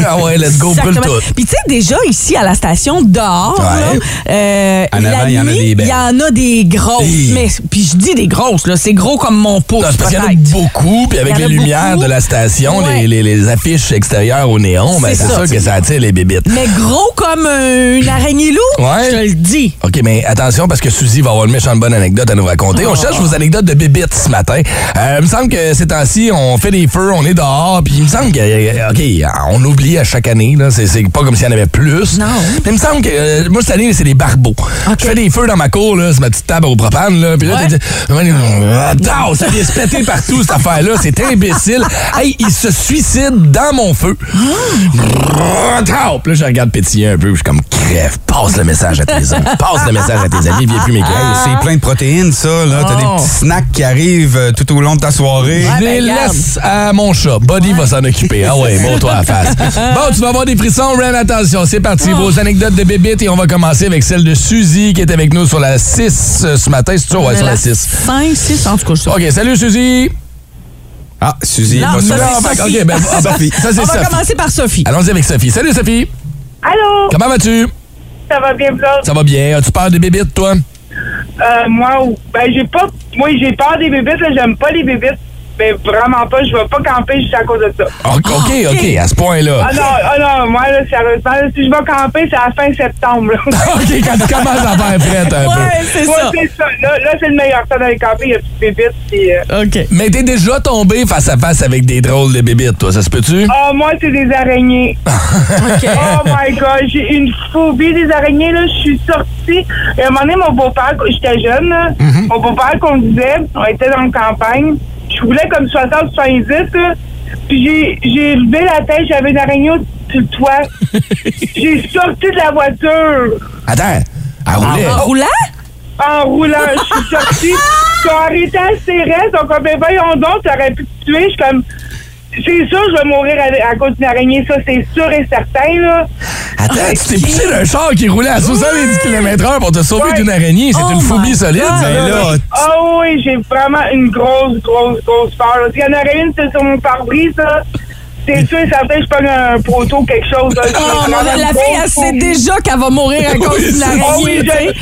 [SPEAKER 3] Ah ouais, let's go, brûle
[SPEAKER 4] Exactement.
[SPEAKER 3] tout.
[SPEAKER 4] Puis tu sais, déjà ici à la station, dehors,
[SPEAKER 3] Ouais.
[SPEAKER 4] là, euh,
[SPEAKER 5] En
[SPEAKER 4] la
[SPEAKER 5] avant, il y en a
[SPEAKER 4] nuit,
[SPEAKER 5] des belles.
[SPEAKER 4] Il y en a des grosses.
[SPEAKER 3] Hey.
[SPEAKER 4] Mais, puis je dis des grosses, là, c'est gros comme mon pouce.
[SPEAKER 3] Non, c'est parce qu'il y en a
[SPEAKER 4] peut-être.
[SPEAKER 3] beaucoup, puis avec
[SPEAKER 4] Il y
[SPEAKER 3] les
[SPEAKER 4] en a
[SPEAKER 3] lumières
[SPEAKER 4] beaucoup.
[SPEAKER 3] de la station,
[SPEAKER 4] Ouais.
[SPEAKER 3] les, les- les affiches extérieures au néon, ben
[SPEAKER 4] C'est
[SPEAKER 3] c'est
[SPEAKER 4] ça.
[SPEAKER 3] sûr que ça attire les bébites.
[SPEAKER 4] Mais gros comme euh, une araignée loup,
[SPEAKER 3] Ouais.
[SPEAKER 4] je te le dis.
[SPEAKER 3] OK, mais attention parce que Suzy va avoir une méchante bonne anecdote à nous raconter.
[SPEAKER 4] Oh.
[SPEAKER 3] On cherche vos anecdotes de bébites ce matin. Euh, il me semble que ces temps-ci, on fait des feux, on est dehors, puis il me semble que, euh, OK, on oublie à chaque année, là. C'est, c'est pas comme s'il y en avait plus.
[SPEAKER 4] Non.
[SPEAKER 3] Mais il me semble que, euh, moi, cette année, c'est des barbeaux. Je fais des feux dans ma cour, là, c'est ma petite table au propane, là. Puis là,
[SPEAKER 4] Ouais.
[SPEAKER 3] t'es- Attends, ça vient se péter partout, cette affaire-là. C'est imbécile. Hey, il se suicide dans mon feu.
[SPEAKER 4] Ah.
[SPEAKER 3] Attends! Oh, Puis là, je regarde pétiller un peu, puis je suis comme, crève, passe le message à tes amis. Passe le message à tes amis, viens plus m'écrire.
[SPEAKER 4] Ah.
[SPEAKER 5] Hey, c'est plein de protéines, ça. Là, t'as des
[SPEAKER 3] Oh.
[SPEAKER 5] petits snacks qui arrivent euh, tout au long de ta soirée.
[SPEAKER 3] Je
[SPEAKER 4] ben,
[SPEAKER 3] les
[SPEAKER 4] regarde.
[SPEAKER 3] laisse à mon chat. Buddy va s'en occuper. Ah ouais, bon, toi à la face. Bon, tu vas avoir des frissons, Ren, attention. C'est parti. Vos anecdotes de bébites et on va commencer avec celle de Suzy qui est avec nous sur la 6 euh, ce matin. C'est sûr, ouais, sur la 6.
[SPEAKER 4] 5, 6, en tout cas, je sais.
[SPEAKER 3] OK, salut Suzy.
[SPEAKER 5] Ah, Suzy,
[SPEAKER 4] Non,
[SPEAKER 5] va
[SPEAKER 4] non, non.
[SPEAKER 5] sur la-
[SPEAKER 3] Ah, fait-
[SPEAKER 4] Sophie.
[SPEAKER 3] OK, ben, ah, ben, ça
[SPEAKER 4] On
[SPEAKER 3] c'est
[SPEAKER 4] va
[SPEAKER 3] Sophie.
[SPEAKER 4] commencer par Sophie.
[SPEAKER 3] Allons-y avec Sophie. Salut Sophie.
[SPEAKER 9] Allô,
[SPEAKER 3] Comment vas-tu?
[SPEAKER 9] ça va bien, Blanc?
[SPEAKER 3] Ça va bien. As-tu peur des bébites, toi?
[SPEAKER 9] Euh, moi, ben, j'ai pas. Moi, j'ai peur des bébites, là, j'aime pas les bébites. mais vraiment pas, je vais pas camper juste à cause de ça.
[SPEAKER 3] Ah, OK, OK, OK, à ce point-là.
[SPEAKER 9] Ah non, ah non, moi, là, sérieusement, là, si je vais camper, c'est à la fin septembre. là.
[SPEAKER 3] OK, quand tu commences à faire prête un
[SPEAKER 4] Ouais,
[SPEAKER 3] peu.
[SPEAKER 4] c'est
[SPEAKER 9] Moi,
[SPEAKER 4] ça.
[SPEAKER 9] c'est ça. Là, là, c'est le meilleur temps d'aller camper, il y a toutes pépites, puis... euh,
[SPEAKER 4] OK.
[SPEAKER 3] Mais t'es déjà tombé face à face avec des drôles de bébites, toi, ça se peut-tu?
[SPEAKER 9] Oh, moi, c'est des araignées. Oh my God, j'ai une phobie des araignées, là. Je suis sortie. Et à un moment donné, mon beau-père, quand j'étais jeune, là, mon beau-père conduisait, on était dans la campagne. Je roulais comme 60, 70, là. Puis j'ai- j'ai levé la tête, j'avais une araignée au-dessus de toi. j'ai sorti de la voiture
[SPEAKER 3] Attends, à rouler.
[SPEAKER 4] En roulant?
[SPEAKER 9] en roulant. Je suis sortie. Ils ont arrêté à CRS. Donc, on fait, voyons donc, t'aurais pu te tuer. Je suis comme, c'est sûr, je vais mourir à, à cause d'une araignée. Ça, c'est sûr et certain, là. Ah,
[SPEAKER 3] Attends, tu t'es poussé d'un char qui roulait à 70 km/h pour te sauver
[SPEAKER 9] Ouais.
[SPEAKER 3] d'une araignée. C'est
[SPEAKER 4] Oh
[SPEAKER 3] une phobie
[SPEAKER 4] my
[SPEAKER 3] solide,
[SPEAKER 4] God.
[SPEAKER 3] ça,
[SPEAKER 5] Ben
[SPEAKER 3] là.
[SPEAKER 5] là,
[SPEAKER 9] Oh oui, j'ai vraiment une grosse, grosse, grosse peur. là. S'il y en aurait une, c'est sur mon pare-brise, là. C'est sûr et certain, je prends un proto ou quelque chose. Là.
[SPEAKER 4] Oh,
[SPEAKER 9] J'ai
[SPEAKER 4] mon
[SPEAKER 9] vraiment
[SPEAKER 4] Dieu, la
[SPEAKER 9] une
[SPEAKER 4] fille,
[SPEAKER 9] grosse
[SPEAKER 4] elle sait
[SPEAKER 9] phobie.
[SPEAKER 4] déjà qu'elle va mourir à cause de
[SPEAKER 9] Ah
[SPEAKER 4] l'araignée.
[SPEAKER 9] oui, je le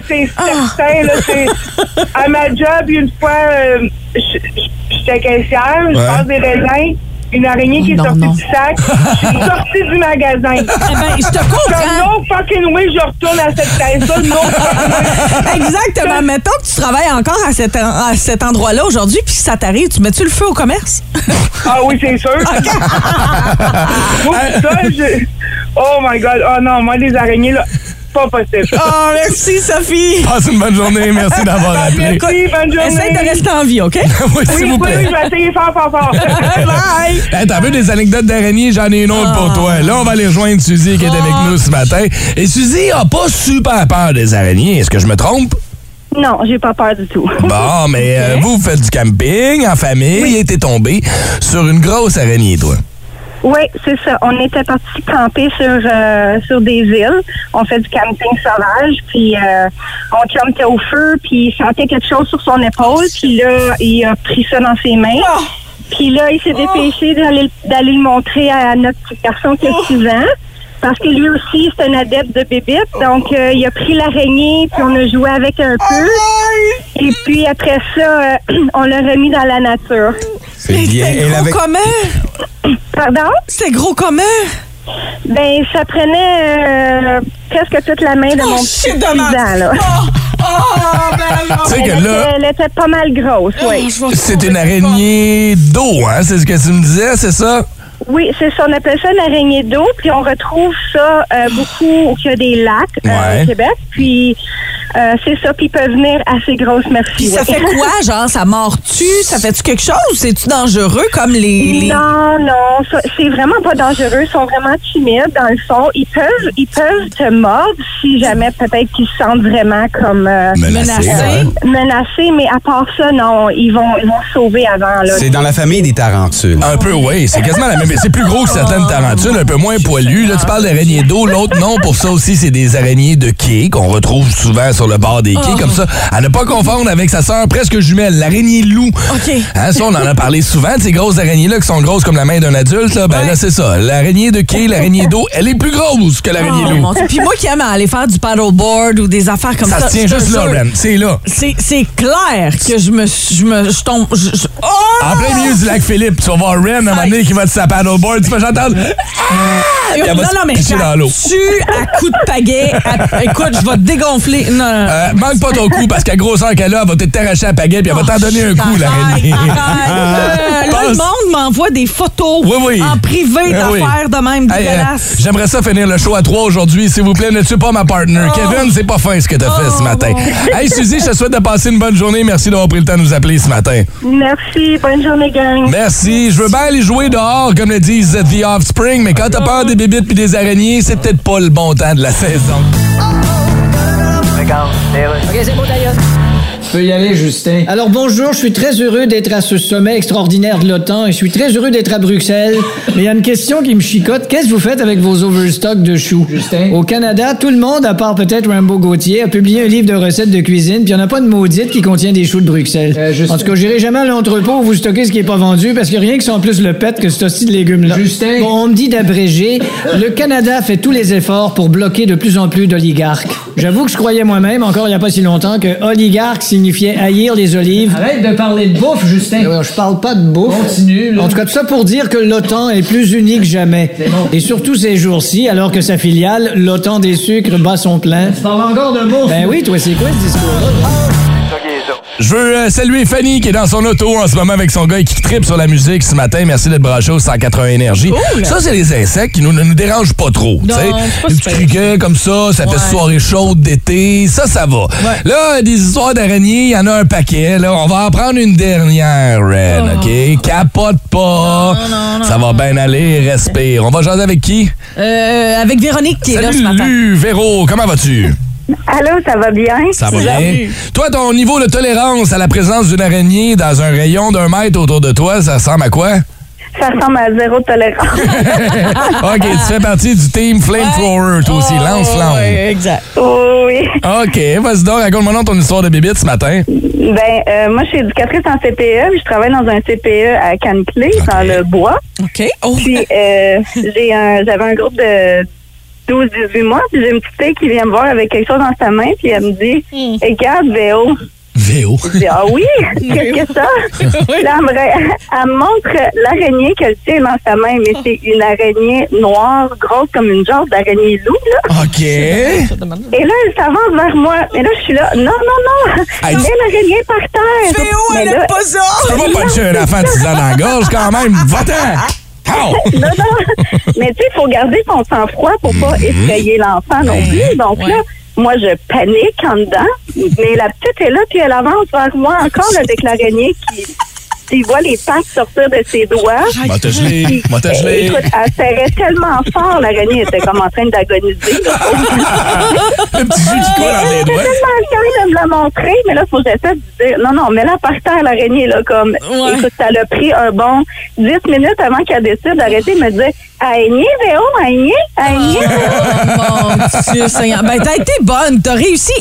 [SPEAKER 4] tu sais. Ah.
[SPEAKER 9] sais, là, c'est certain, là, c'est... À ma job, une fois, euh, je- je- j'étais caissière, je
[SPEAKER 5] Ouais.
[SPEAKER 9] passe des raisins, une araignée qui est
[SPEAKER 4] Oh, Non,
[SPEAKER 9] sortie
[SPEAKER 4] non.
[SPEAKER 9] du sac, je suis sortie du magasin.
[SPEAKER 4] Eh ben, je te
[SPEAKER 9] Comme
[SPEAKER 4] comprends.
[SPEAKER 9] no fucking way, je retourne à cette caisse-là, no fucking way.
[SPEAKER 4] Exactement. Mettons que tu travailles encore à cet, en- à cet endroit-là aujourd'hui, puis que ça t'arrive, tu mets-tu le feu au commerce?
[SPEAKER 9] Ah oui, c'est sûr. Moi, ça, je... Oh my God, oh non, moi, les araignées, là, pas possible.
[SPEAKER 4] Oh, merci, Sophie.
[SPEAKER 3] Passe une bonne journée. Merci d'avoir appelé.
[SPEAKER 9] Merci, bonne journée.
[SPEAKER 4] Essaye de rester en vie, OK?
[SPEAKER 3] Oui,
[SPEAKER 9] Oui,
[SPEAKER 3] s'il vous
[SPEAKER 9] oui, oui,
[SPEAKER 3] plaît.
[SPEAKER 9] je vais essayer fort, fort, fort.
[SPEAKER 4] Bye! Ah.
[SPEAKER 3] Hey, T'as vu des anecdotes d'araignées? J'en ai une autre pour toi. Là, on va aller rejoindre Suzy qui est avec nous ce matin. Et Suzy a pas super peur des araignées. Est-ce que je me trompe?
[SPEAKER 10] Non, j'ai pas peur du tout.
[SPEAKER 3] Bon, mais euh, vous, vous faites du camping en famille et t'es tombé sur une grosse araignée, toi.
[SPEAKER 10] Oui, c'est ça. On était partis camper sur, euh, sur des îles. On fait du camping sauvage. Puis euh, mon chum était au feu, puis il sentait quelque chose sur son épaule. Puis là, il a pris ça dans ses mains. Puis là, il s'est dépêché d'aller d'aller le montrer à notre petit garçon qui a 6 ans. Parce que lui aussi, c'est un adepte de bébite. Donc, euh, il a pris l'araignée, puis on a joué avec un peu. Et puis après ça, euh, on l'a remis dans la nature.
[SPEAKER 5] c'est bien.
[SPEAKER 4] C'était
[SPEAKER 5] Elle
[SPEAKER 4] gros
[SPEAKER 5] avait-
[SPEAKER 4] comment?
[SPEAKER 10] Pardon?
[SPEAKER 4] C'était gros comment?
[SPEAKER 10] Ben, ça prenait euh, presque toute la main de mon
[SPEAKER 4] Oh,
[SPEAKER 10] petit
[SPEAKER 4] shit, Oh,
[SPEAKER 10] président, là.
[SPEAKER 3] Tu sais que
[SPEAKER 10] Elle,
[SPEAKER 3] là,
[SPEAKER 10] était, elle était pas mal grosse,
[SPEAKER 4] Oh,
[SPEAKER 10] oui.
[SPEAKER 3] c'est une araignée d'eau, hein? C'est ce que tu me disais, c'est ça?
[SPEAKER 10] Oui, c'est ça, on appelle ça une araignée d'eau, puis on retrouve ça euh,
[SPEAKER 4] Oh.
[SPEAKER 10] beaucoup où il y a des lacs euh,
[SPEAKER 3] Ouais.
[SPEAKER 10] au Québec, puis euh, c'est ça, puis ils peuvent venir assez grosses, merci.
[SPEAKER 4] Puis ça
[SPEAKER 10] ouais.
[SPEAKER 4] fait quoi, genre? Ça mord-tu? Ça fait-tu quelque chose? C'est-tu dangereux comme les. les-
[SPEAKER 10] Non, non, ça- c'est vraiment pas dangereux. Ils sont vraiment timides dans le fond. Ils peuvent, ils peuvent te mordre si jamais peut-être qu'ils se sentent vraiment comme euh,
[SPEAKER 4] Menacé.
[SPEAKER 10] euh, menacés, mais à part ça, non, ils vont, ils vont se sauver avant. Là.
[SPEAKER 5] C'est dans la famille des tarentules.
[SPEAKER 3] Un peu, oui. C'est quasiment la même. C'est plus gros que certaines tarentules, un peu moins poilu. Là, tu parles d'araignées d'eau. L'autre nom pour ça aussi, c'est des araignées de quai qu'on retrouve souvent sur le bord des quais,
[SPEAKER 4] Oh.
[SPEAKER 3] comme ça. À ne pas confondre avec sa sœur presque jumelle, l'araignée loup.
[SPEAKER 4] OK.
[SPEAKER 3] Hein, ça, on en a parlé souvent, de ces grosses araignées-là qui sont grosses comme la main d'un adulte. Là, ben là, c'est ça. L'araignée de quai, l'araignée d'eau, elle est plus grosse que l'araignée
[SPEAKER 4] Oh,
[SPEAKER 3] loup.
[SPEAKER 4] mon Dieu. Puis moi qui aime aller faire du paddleboard ou des affaires comme ça.
[SPEAKER 3] Ça se tient
[SPEAKER 4] je te
[SPEAKER 3] juste là,
[SPEAKER 4] jure,
[SPEAKER 3] Ren. C'est là.
[SPEAKER 4] C'est c'est clair que je me. Je me. Je tombe. je- je- oh!
[SPEAKER 3] En plein milieu du lac Philippe, tu vas voir Ren à un moment donné qui va de sa paddleboard. Tu vas j'entendre.
[SPEAKER 4] Ah! non,
[SPEAKER 3] elle va se
[SPEAKER 4] non, mais
[SPEAKER 3] pitcher dans l'eau.
[SPEAKER 4] tu à coups de pagaie. à- écoute, je vais te dégonfler. Non, non, non.
[SPEAKER 3] Euh, manque pas ton coup parce qu'à grosseur qu'elle a, elle va peut-être t'arracher la pagaie puis elle va t'en donner un coup, l'araignée.
[SPEAKER 4] Oh, Arrête. Euh, Là, le
[SPEAKER 3] Pense-
[SPEAKER 4] monde m'envoie des photos
[SPEAKER 3] Oui, oui.
[SPEAKER 4] en privé
[SPEAKER 3] Ah oui.
[SPEAKER 4] d'affaires de même
[SPEAKER 3] Hey, euh,
[SPEAKER 4] dégueulasse.
[SPEAKER 3] J'aimerais ça finir le show à trois aujourd'hui. S'il vous plaît, ne tue pas ma
[SPEAKER 4] Oh.
[SPEAKER 3] partner. Kevin, c'est pas fin ce que t'as fait ce matin. Hey, Suzy, je te souhaite de passer une bonne journée. Merci d'avoir pris le temps de nous appeler ce matin.
[SPEAKER 10] Merci, bonne journée, gang.
[SPEAKER 3] Merci. Je veux bien aller jouer dehors, comme le disent The Offspring, mais quand t'as peur des bébites puis des araignées, c'est peut-être pas le bon temps de la saison.
[SPEAKER 7] Tu peux y aller, Justin. Alors bonjour, je suis très heureux d'être à ce sommet extraordinaire de l'OTAN et je suis très heureux d'être à Bruxelles. Mais il y a une question qui me chicote. Qu'est-ce que vous faites avec vos overstocks de choux? Justin. Au Canada, tout le monde, à part peut-être Rambo Gauthier, a publié un livre de recettes de cuisine, puis il n'y en a pas de maudite qui contient des choux de Bruxelles. en tout cas, j'irai jamais à l'entrepôt où vous stockez ce qui n'est pas vendu parce qu'il n'y a rien qui sent plus le pet que ce hostie de légumes-là. Justin. Bon, on me dit d'abréger. Le Canada fait tous les efforts pour bloquer de plus en plus d'oligarques. J'avoue que je croyais moi-même, encore il n'y a pas si longtemps, que oligarque signifiait haïr les olives. Arrête de parler de bouffe, Justin. je parle pas de bouffe. Continue, En tout cas, tout ça pour dire que l'OTAN est plus unie que jamais. Et surtout ces jours-ci, alors que sa filiale, l'OTAN des sucres, bat son plein. Tu parles encore de bouffe. Ben oui, toi, c'est quoi ce discours-là?
[SPEAKER 3] Je veux euh, saluer Fanny qui est dans son auto en ce moment avec son gars et qui tripe sur la musique ce matin. Merci d'être branché au 180 Énergie. Ça, c'est les insectes qui nous, ne nous dérangent pas trop. tu sais. Des petits criquets comme ça, ça fait soirée chaude d'été. Ça, ça va. Là, des histoires d'araignées, il y en a un paquet. Là, on va en prendre une dernière, Ren,
[SPEAKER 4] Oh.
[SPEAKER 3] OK? Capote pas. ça va bien aller. Respire. On va jaser avec qui?
[SPEAKER 4] Euh, avec Véronique qui est là ce
[SPEAKER 3] Salut,
[SPEAKER 4] matin.
[SPEAKER 3] Lulu. Véro, comment vas-tu?
[SPEAKER 11] Allô, ça va bien?
[SPEAKER 3] Ça va bien. Toi, ton niveau de tolérance à la présence d'une araignée dans un rayon d'un mètre autour de toi, ça ressemble à quoi?
[SPEAKER 11] Ça ressemble à zéro tolérance.
[SPEAKER 3] OK, tu fais partie du team Flamethrower, toi aussi. Lance-flamme.
[SPEAKER 4] Ouais, exact.
[SPEAKER 11] Oh, oui.
[SPEAKER 3] OK, vas-y donc, raconte-moi donc ton histoire de bébite ce matin.
[SPEAKER 11] Ben, euh, moi, je suis éducatrice en CPE, puis je travaille dans un CPE à Caneclé, dans le bois.
[SPEAKER 4] OK. Oh.
[SPEAKER 11] Puis, euh, j'ai un- j'avais un groupe de 12-18 mois, puis j'ai une petite fille qui vient me voir avec quelque chose dans sa main, puis elle me dit Eh, Regarde, Véo.
[SPEAKER 3] Véo.
[SPEAKER 11] Je dis Ah oui, qu'est-ce que c'est ça Là, elle me, ra- elle me montre l'araignée qu'elle tient dans sa main, mais c'est une araignée noire, grosse comme une genre d'araignée loup, là.
[SPEAKER 3] OK. Hey,
[SPEAKER 11] Et là, elle s'avance vers moi. Et là, je suis là. Non, non, non.
[SPEAKER 3] Hey,
[SPEAKER 11] Elle a rien par terre.
[SPEAKER 4] Théo,
[SPEAKER 11] Mais
[SPEAKER 4] elle
[SPEAKER 11] là,
[SPEAKER 4] aime pas ça!
[SPEAKER 3] tu peux pas puncher un enfant de 6 ans dans la gorge quand même. Va-t'en! Pow!
[SPEAKER 4] Oh!
[SPEAKER 11] Non, non. Mais tu sais, il faut garder son sang-froid pour pas
[SPEAKER 4] Mhm.
[SPEAKER 11] effrayer l'enfant non plus. Donc là, moi, je panique en dedans. Mais la petite est là, puis elle avance vers moi encore là, avec l'araignée qui, qui voit les pattes sortir de ses doigts.
[SPEAKER 6] Bah,
[SPEAKER 3] M'a te Bah, gelé, m'a te gelé.
[SPEAKER 11] Ben, Écoute, elle serrait tellement fort, l'araignée était comme en train d'agoniser. là.
[SPEAKER 3] Le petit jus qui coule entre les
[SPEAKER 11] J'étais
[SPEAKER 3] doigts.
[SPEAKER 11] tellement fière de me la montrer, mais là, il faut que j'essaie de dire, non, non, mets-la par terre, l'araignée, là, comme, écoute, ça l'a pris un bon 10 minutes avant qu'elle décide d'arrêter de me dire, araignée, Véo, araignée, araignée.
[SPEAKER 4] Oh, mon Dieu Seigneur. Ben, t'as été bonne. T'as réussi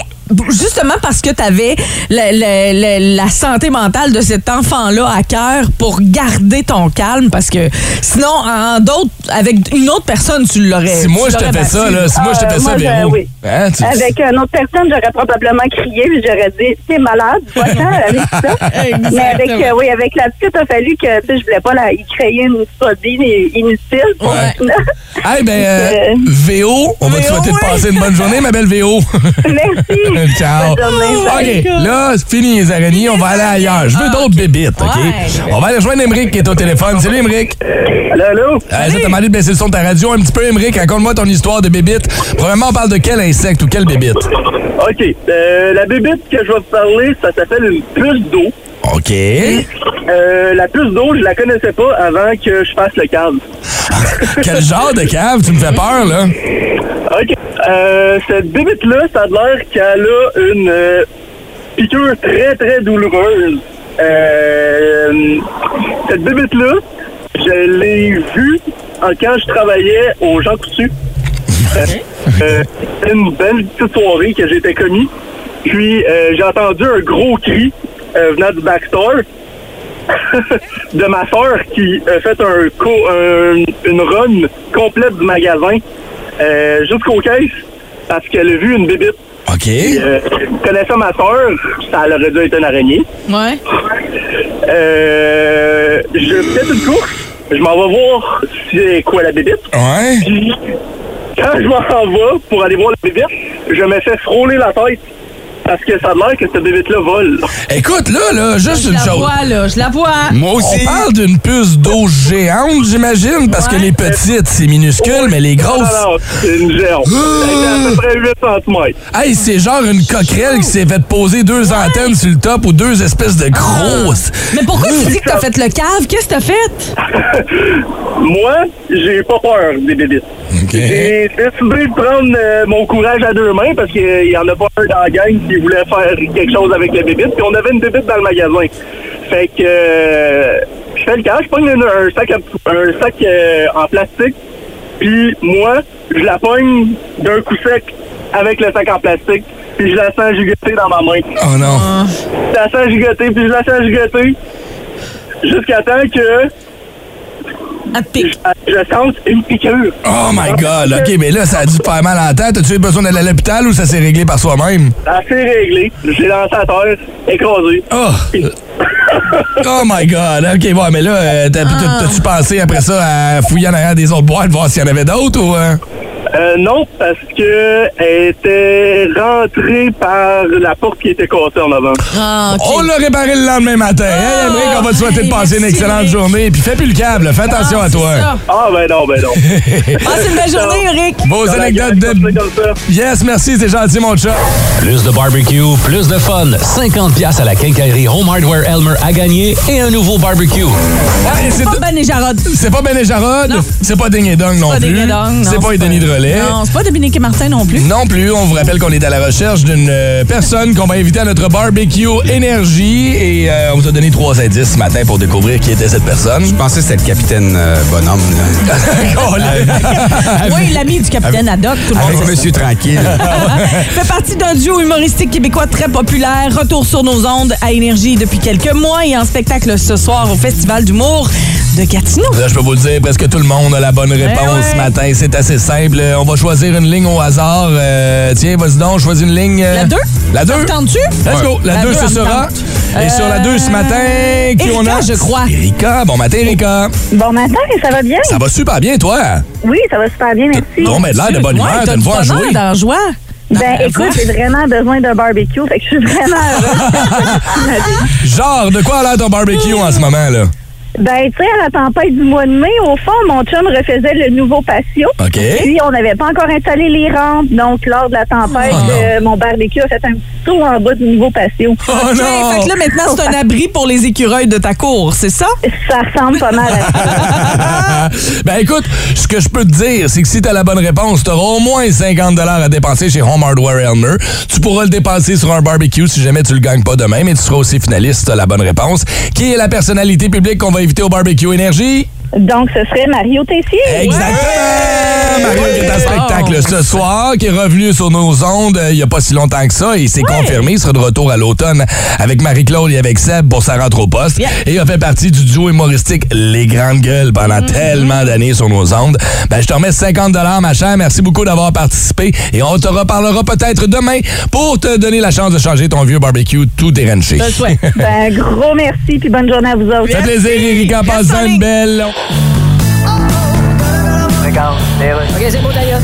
[SPEAKER 4] justement parce que t'avais la, la- la- la santé mentale de cet enfant-là à cœur pour garder ton calme parce que sinon, en d'autres, avec une autre personne, tu l'aurais.
[SPEAKER 3] Si moi
[SPEAKER 4] tu
[SPEAKER 3] je te
[SPEAKER 4] l'aurais
[SPEAKER 3] fais ça,
[SPEAKER 4] battu.
[SPEAKER 3] là, si moi je te
[SPEAKER 11] Ah,
[SPEAKER 3] fais
[SPEAKER 11] moi,
[SPEAKER 3] ça,
[SPEAKER 11] je-
[SPEAKER 3] Véro.
[SPEAKER 11] oui.
[SPEAKER 3] Hein, tu-
[SPEAKER 11] Avec une autre personne, j'aurais probablement crié, puis j'aurais dit, t'es malade, va-t'en avec ça. Mais avec, euh, oui, avec la petite, il a fallu que, tu sais, je voulais pas la, y créer une phobie inutile.
[SPEAKER 3] Ouais. Hey, ben,
[SPEAKER 11] Euh,
[SPEAKER 3] euh, VO, on va te
[SPEAKER 4] VO,
[SPEAKER 3] souhaiter de
[SPEAKER 4] oui.
[SPEAKER 3] passer une bonne journée, ma belle VO.
[SPEAKER 11] Merci.
[SPEAKER 3] Ciao.
[SPEAKER 11] Bonne journée. Bye.
[SPEAKER 3] OK, là, c'est fini les araignées, on va aller ailleurs. Je veux d'autres bébites, OK?
[SPEAKER 4] Ouais.
[SPEAKER 3] On va aller rejoindre Emmerich qui est au téléphone. Salut, Emmerich.
[SPEAKER 6] Allô, allô?
[SPEAKER 3] Euh, je vais te demander de baisser le son de ta radio un petit peu, Emmerich. Raconte-moi ton histoire de bébite. Premièrement, on parle de quel insecte ou quelle bébite?
[SPEAKER 6] OK. Euh, la bébite que je vais vous parler, ça s'appelle une puce d'eau.
[SPEAKER 3] OK.
[SPEAKER 6] Euh, la puce d'eau, je la connaissais pas avant que je fasse le câble.
[SPEAKER 3] quel genre de cave? Tu me fais peur, là.
[SPEAKER 6] OK. Euh, cette bébite-là, ça a l'air qu'elle a une euh, piqûre très, très douloureuse. Euh, cette bébite-là, je l'ai vue en- quand je travaillais au Jean Coutu. Euh, C'était une belle petite soirée que j'étais commis. Puis, euh, j'ai entendu un gros cri euh, venant du backstore de ma soeur qui a fait un co- un- une run complète du magasin euh, jusqu'aux caisses parce qu'elle a vu une bébite.
[SPEAKER 3] OK.
[SPEAKER 6] Euh, connaissant ma soeur, ça elle aurait dû être une araignée.
[SPEAKER 4] Ouais.
[SPEAKER 6] Euh, je fais une course, je m'en vais voir c'est quoi la bébite.
[SPEAKER 3] Ouais.
[SPEAKER 6] Puis, quand je m'en vais pour aller voir la bébite, je me fais frôler la tête parce que ça a l'air que cette bébite-là vole.
[SPEAKER 3] Écoute, là, là, Euh, juste
[SPEAKER 4] Je
[SPEAKER 3] une
[SPEAKER 4] la
[SPEAKER 3] chose.
[SPEAKER 4] vois, là. Je la vois.
[SPEAKER 5] Moi
[SPEAKER 3] On parle d'une puce d'eau géante, j'imagine, parce que les petites, c'est minuscule, mais les
[SPEAKER 6] Non,
[SPEAKER 3] grosses. Ah!
[SPEAKER 6] non, c'est une géante. Elle était à peu près 8 cm.
[SPEAKER 3] Hey, c'est genre une coquerelle qui s'est fait poser deux antennes sur le top ou deux espèces de grosses.
[SPEAKER 4] Mais pourquoi
[SPEAKER 3] Mmh.
[SPEAKER 4] tu dis que t'as fait le cave? Qu'est-ce que t'as fait?
[SPEAKER 6] Moi, j'ai pas peur des bébites. J'ai décidé de prendre euh, mon courage à deux mains parce qu'il y en a pas un dans la gang qui voulait faire quelque chose avec les bébites. Puis on avait une bébite dans le magasin. Fait que euh, je fais le cas, je pogne une- un sac, à- un sac euh, en plastique. Puis moi, je la pogne d'un coup sec avec le sac en plastique. Puis je la sens gigoter dans ma main.
[SPEAKER 3] Oh non.
[SPEAKER 6] Je la sens gigoter, puis je la sens gigoter. Jusqu'à temps que
[SPEAKER 9] Je sens une piqûre.
[SPEAKER 6] Ah!
[SPEAKER 3] Oh my God, OK, mais là, ça a dû te faire mal en tête. As-tu eu besoin d'aller à l'hôpital ou ça s'est réglé par soi-même?
[SPEAKER 9] Assez réglé. J'ai lancé à terre, écrasé.
[SPEAKER 3] Oh! Oh my God, OK, bon, mais là, euh, t'as- t'as- t'as-tu
[SPEAKER 9] Ah.
[SPEAKER 3] pensé après ça à fouiller en arrière des autres boîtes, voir s'il y en avait d'autres ou... euh?
[SPEAKER 9] Euh, non, parce que elle était rentrée par la porte qui était cassée en avant.
[SPEAKER 4] Ah,
[SPEAKER 3] On l'a réparé le lendemain matin. hein, Émeric? on va te souhaiter de passer une excellente journée. Puis fais plus le câble, fais attention à toi.
[SPEAKER 9] Ah, ben non, ben non.
[SPEAKER 4] Passe une belle journée, Eric.
[SPEAKER 3] Vos anecdotes de... Yes, merci, c'est gentil, mon chat.
[SPEAKER 1] Plus de barbecue, plus de fun. 50 pièces à la quincaillerie Home Hardware Elmer à gagner et un nouveau barbecue.
[SPEAKER 3] Hey, c'est-
[SPEAKER 4] C'est pas Ben et Jarod.
[SPEAKER 3] C'est pas Ben et Jarod, c'est pas Ding et Dong non
[SPEAKER 4] Pas
[SPEAKER 3] plus.
[SPEAKER 4] Denis Dong, non,
[SPEAKER 3] C'est pas Denis de Relais.
[SPEAKER 4] Non, c'est pas Dominique et Martin non plus.
[SPEAKER 3] Non plus, on vous rappelle qu'on est à la recherche d'une euh, personne qu'on va inviter à notre barbecue énergie et euh, on vous a donné trois indices ce matin pour découvrir qui était cette personne.
[SPEAKER 5] Je pensais que c'était le capitaine euh, Bonhomme, là.
[SPEAKER 3] Oh là.
[SPEAKER 4] Oui, l'ami du capitaine Haddock, tout le monde.
[SPEAKER 5] Avec
[SPEAKER 4] sait ça.
[SPEAKER 5] Monsieur Tranquille.
[SPEAKER 4] fait partie d'un duo humoristique québécois très populaire. Retour sur nos ondes à Énergie depuis quelques mois et en spectacle ce soir au Festival d'humour de Gatineau.
[SPEAKER 3] Là, je peux vous le dire, presque tout le monde a la bonne réponse
[SPEAKER 4] Eh ouais.
[SPEAKER 3] ce matin. C'est assez simple. Euh, On va choisir une ligne au hasard. Euh, tiens, vas-y donc, choisis une ligne. euh,
[SPEAKER 4] La 2?
[SPEAKER 3] La 2.
[SPEAKER 4] T'entends-tu?
[SPEAKER 3] Let's go. La 2, ce sera. Et sur la 2 ce matin, qui
[SPEAKER 4] Euh, Erika,
[SPEAKER 3] on a?
[SPEAKER 4] je crois.
[SPEAKER 3] Erika, bon matin, Erika.
[SPEAKER 11] Bon matin, ça va bien?
[SPEAKER 3] Ça va super bien, toi.
[SPEAKER 11] Oui, ça va super bien, merci.
[SPEAKER 3] Non, mais l'air de bonne humeur, t'as une voix enjouée.
[SPEAKER 4] en joie.
[SPEAKER 11] Ben, écoute, j'ai vraiment besoin d'un barbecue, fait que je suis vraiment heureuse.
[SPEAKER 3] Genre, de quoi a l'air ton barbecue en ce moment, là?
[SPEAKER 11] ben, tu sais, à la tempête du mois de mai, au fond, mon chum refaisait le nouveau patio.
[SPEAKER 3] OK.
[SPEAKER 11] Puis, on n'avait pas encore installé les rampes. Donc, lors de la tempête,
[SPEAKER 3] Oh non.
[SPEAKER 11] euh, mon barbecue a fait un petit tour en bas du nouveau patio.
[SPEAKER 3] Oh
[SPEAKER 4] OK,
[SPEAKER 3] non!
[SPEAKER 4] fait que là, maintenant, c'est un abri pour les écureuils de ta cour, c'est ça?
[SPEAKER 11] Ça ressemble pas mal à ça.
[SPEAKER 3] ben écoute, ce que je peux te dire, c'est que si t'as la bonne réponse, t'auras au moins 50 à dépenser chez Home Hardware Elmer. Tu pourras le dépenser sur un barbecue si jamais tu le gagnes pas demain, mais tu seras aussi finaliste si t'as la bonne réponse. Qui est la personnalité publique qu'on va inviter au barbecue énergie?
[SPEAKER 11] Donc, ce serait Mario Tessier.
[SPEAKER 3] Exactement! Mario qui est en
[SPEAKER 4] Ouais!
[SPEAKER 3] spectacle ce soir, qui est revenu sur nos ondes euh, il n'y a pas si longtemps que ça, et c'est confirmé, il sera de retour à l'automne avec Marie-Claude et avec Seb pour sa rentre au poste.
[SPEAKER 4] Yeah.
[SPEAKER 3] Et il a fait partie du duo humoristique Les Grandes Gueules pendant
[SPEAKER 4] Mm-hmm.
[SPEAKER 3] tellement d'années sur nos ondes. Ben, je te remets 50 ma chère. Merci beaucoup d'avoir participé et on te reparlera peut-être demain pour te donner la chance de changer ton vieux barbecue tout déranché.
[SPEAKER 4] Je le souhaite.
[SPEAKER 11] Ben, gros merci, puis bonne journée à vous autres.
[SPEAKER 3] Ça fait plaisir, Erika.
[SPEAKER 4] Reste
[SPEAKER 3] Passe
[SPEAKER 4] en
[SPEAKER 3] une
[SPEAKER 4] ligne.
[SPEAKER 3] belle.
[SPEAKER 8] OK, c'est bon, d'ailleurs.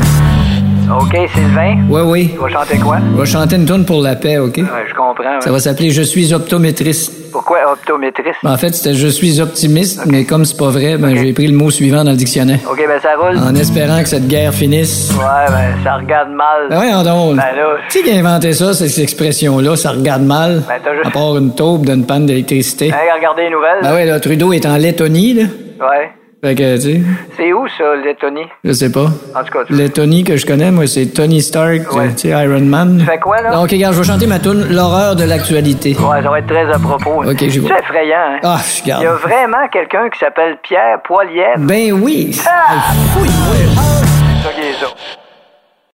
[SPEAKER 12] OK, Sylvain,
[SPEAKER 7] Ouais, oui.
[SPEAKER 12] tu vas chanter quoi?
[SPEAKER 7] On va chanter une tourne pour la paix, OK?
[SPEAKER 12] Ouais, je comprends.
[SPEAKER 7] Ça va s'appeler Je suis optométriste. Ben,
[SPEAKER 12] Pourquoi optométriste?
[SPEAKER 7] En fait, c'était Je suis optimiste, mais comme c'est pas vrai, ben, j'ai pris le mot suivant dans le dictionnaire.
[SPEAKER 12] OK, ben ça roule.
[SPEAKER 7] En espérant que cette guerre finisse.
[SPEAKER 12] Ouais, ben ça regarde mal.
[SPEAKER 7] Ben voyons donc.
[SPEAKER 12] Ben là,
[SPEAKER 7] Tu sais qui a inventé ça, cette expression-là, ça regarde mal.
[SPEAKER 12] Ben, t'as juste-
[SPEAKER 7] À part une taupe d'une panne d'électricité.
[SPEAKER 12] Hey, regardez les nouvelles.
[SPEAKER 7] Ben ouais, là, Trudeau est en Lettonie, là.
[SPEAKER 12] Ouais.
[SPEAKER 7] Fait que, tu sais,
[SPEAKER 12] C'est où ça, Lettonie?
[SPEAKER 7] je sais pas.
[SPEAKER 12] En tout cas, tu...
[SPEAKER 7] Lettonie que je connais, moi, c'est Tony Stark,
[SPEAKER 12] Ouais.
[SPEAKER 7] tu sais, Iron Man.
[SPEAKER 12] tu fais quoi, là?
[SPEAKER 7] Ok, regarde, je vais chanter ma tune L'horreur de l'actualité.
[SPEAKER 12] Ouais, ça va être très à propos.
[SPEAKER 7] Ok, j'y vais.
[SPEAKER 12] C'est effrayant, hein?
[SPEAKER 7] Ah, je
[SPEAKER 12] Il y a
[SPEAKER 7] garde.
[SPEAKER 12] vraiment quelqu'un qui s'appelle Pierre Poilievre.
[SPEAKER 7] Ben oui.
[SPEAKER 12] Ah!
[SPEAKER 7] Fouille-moi.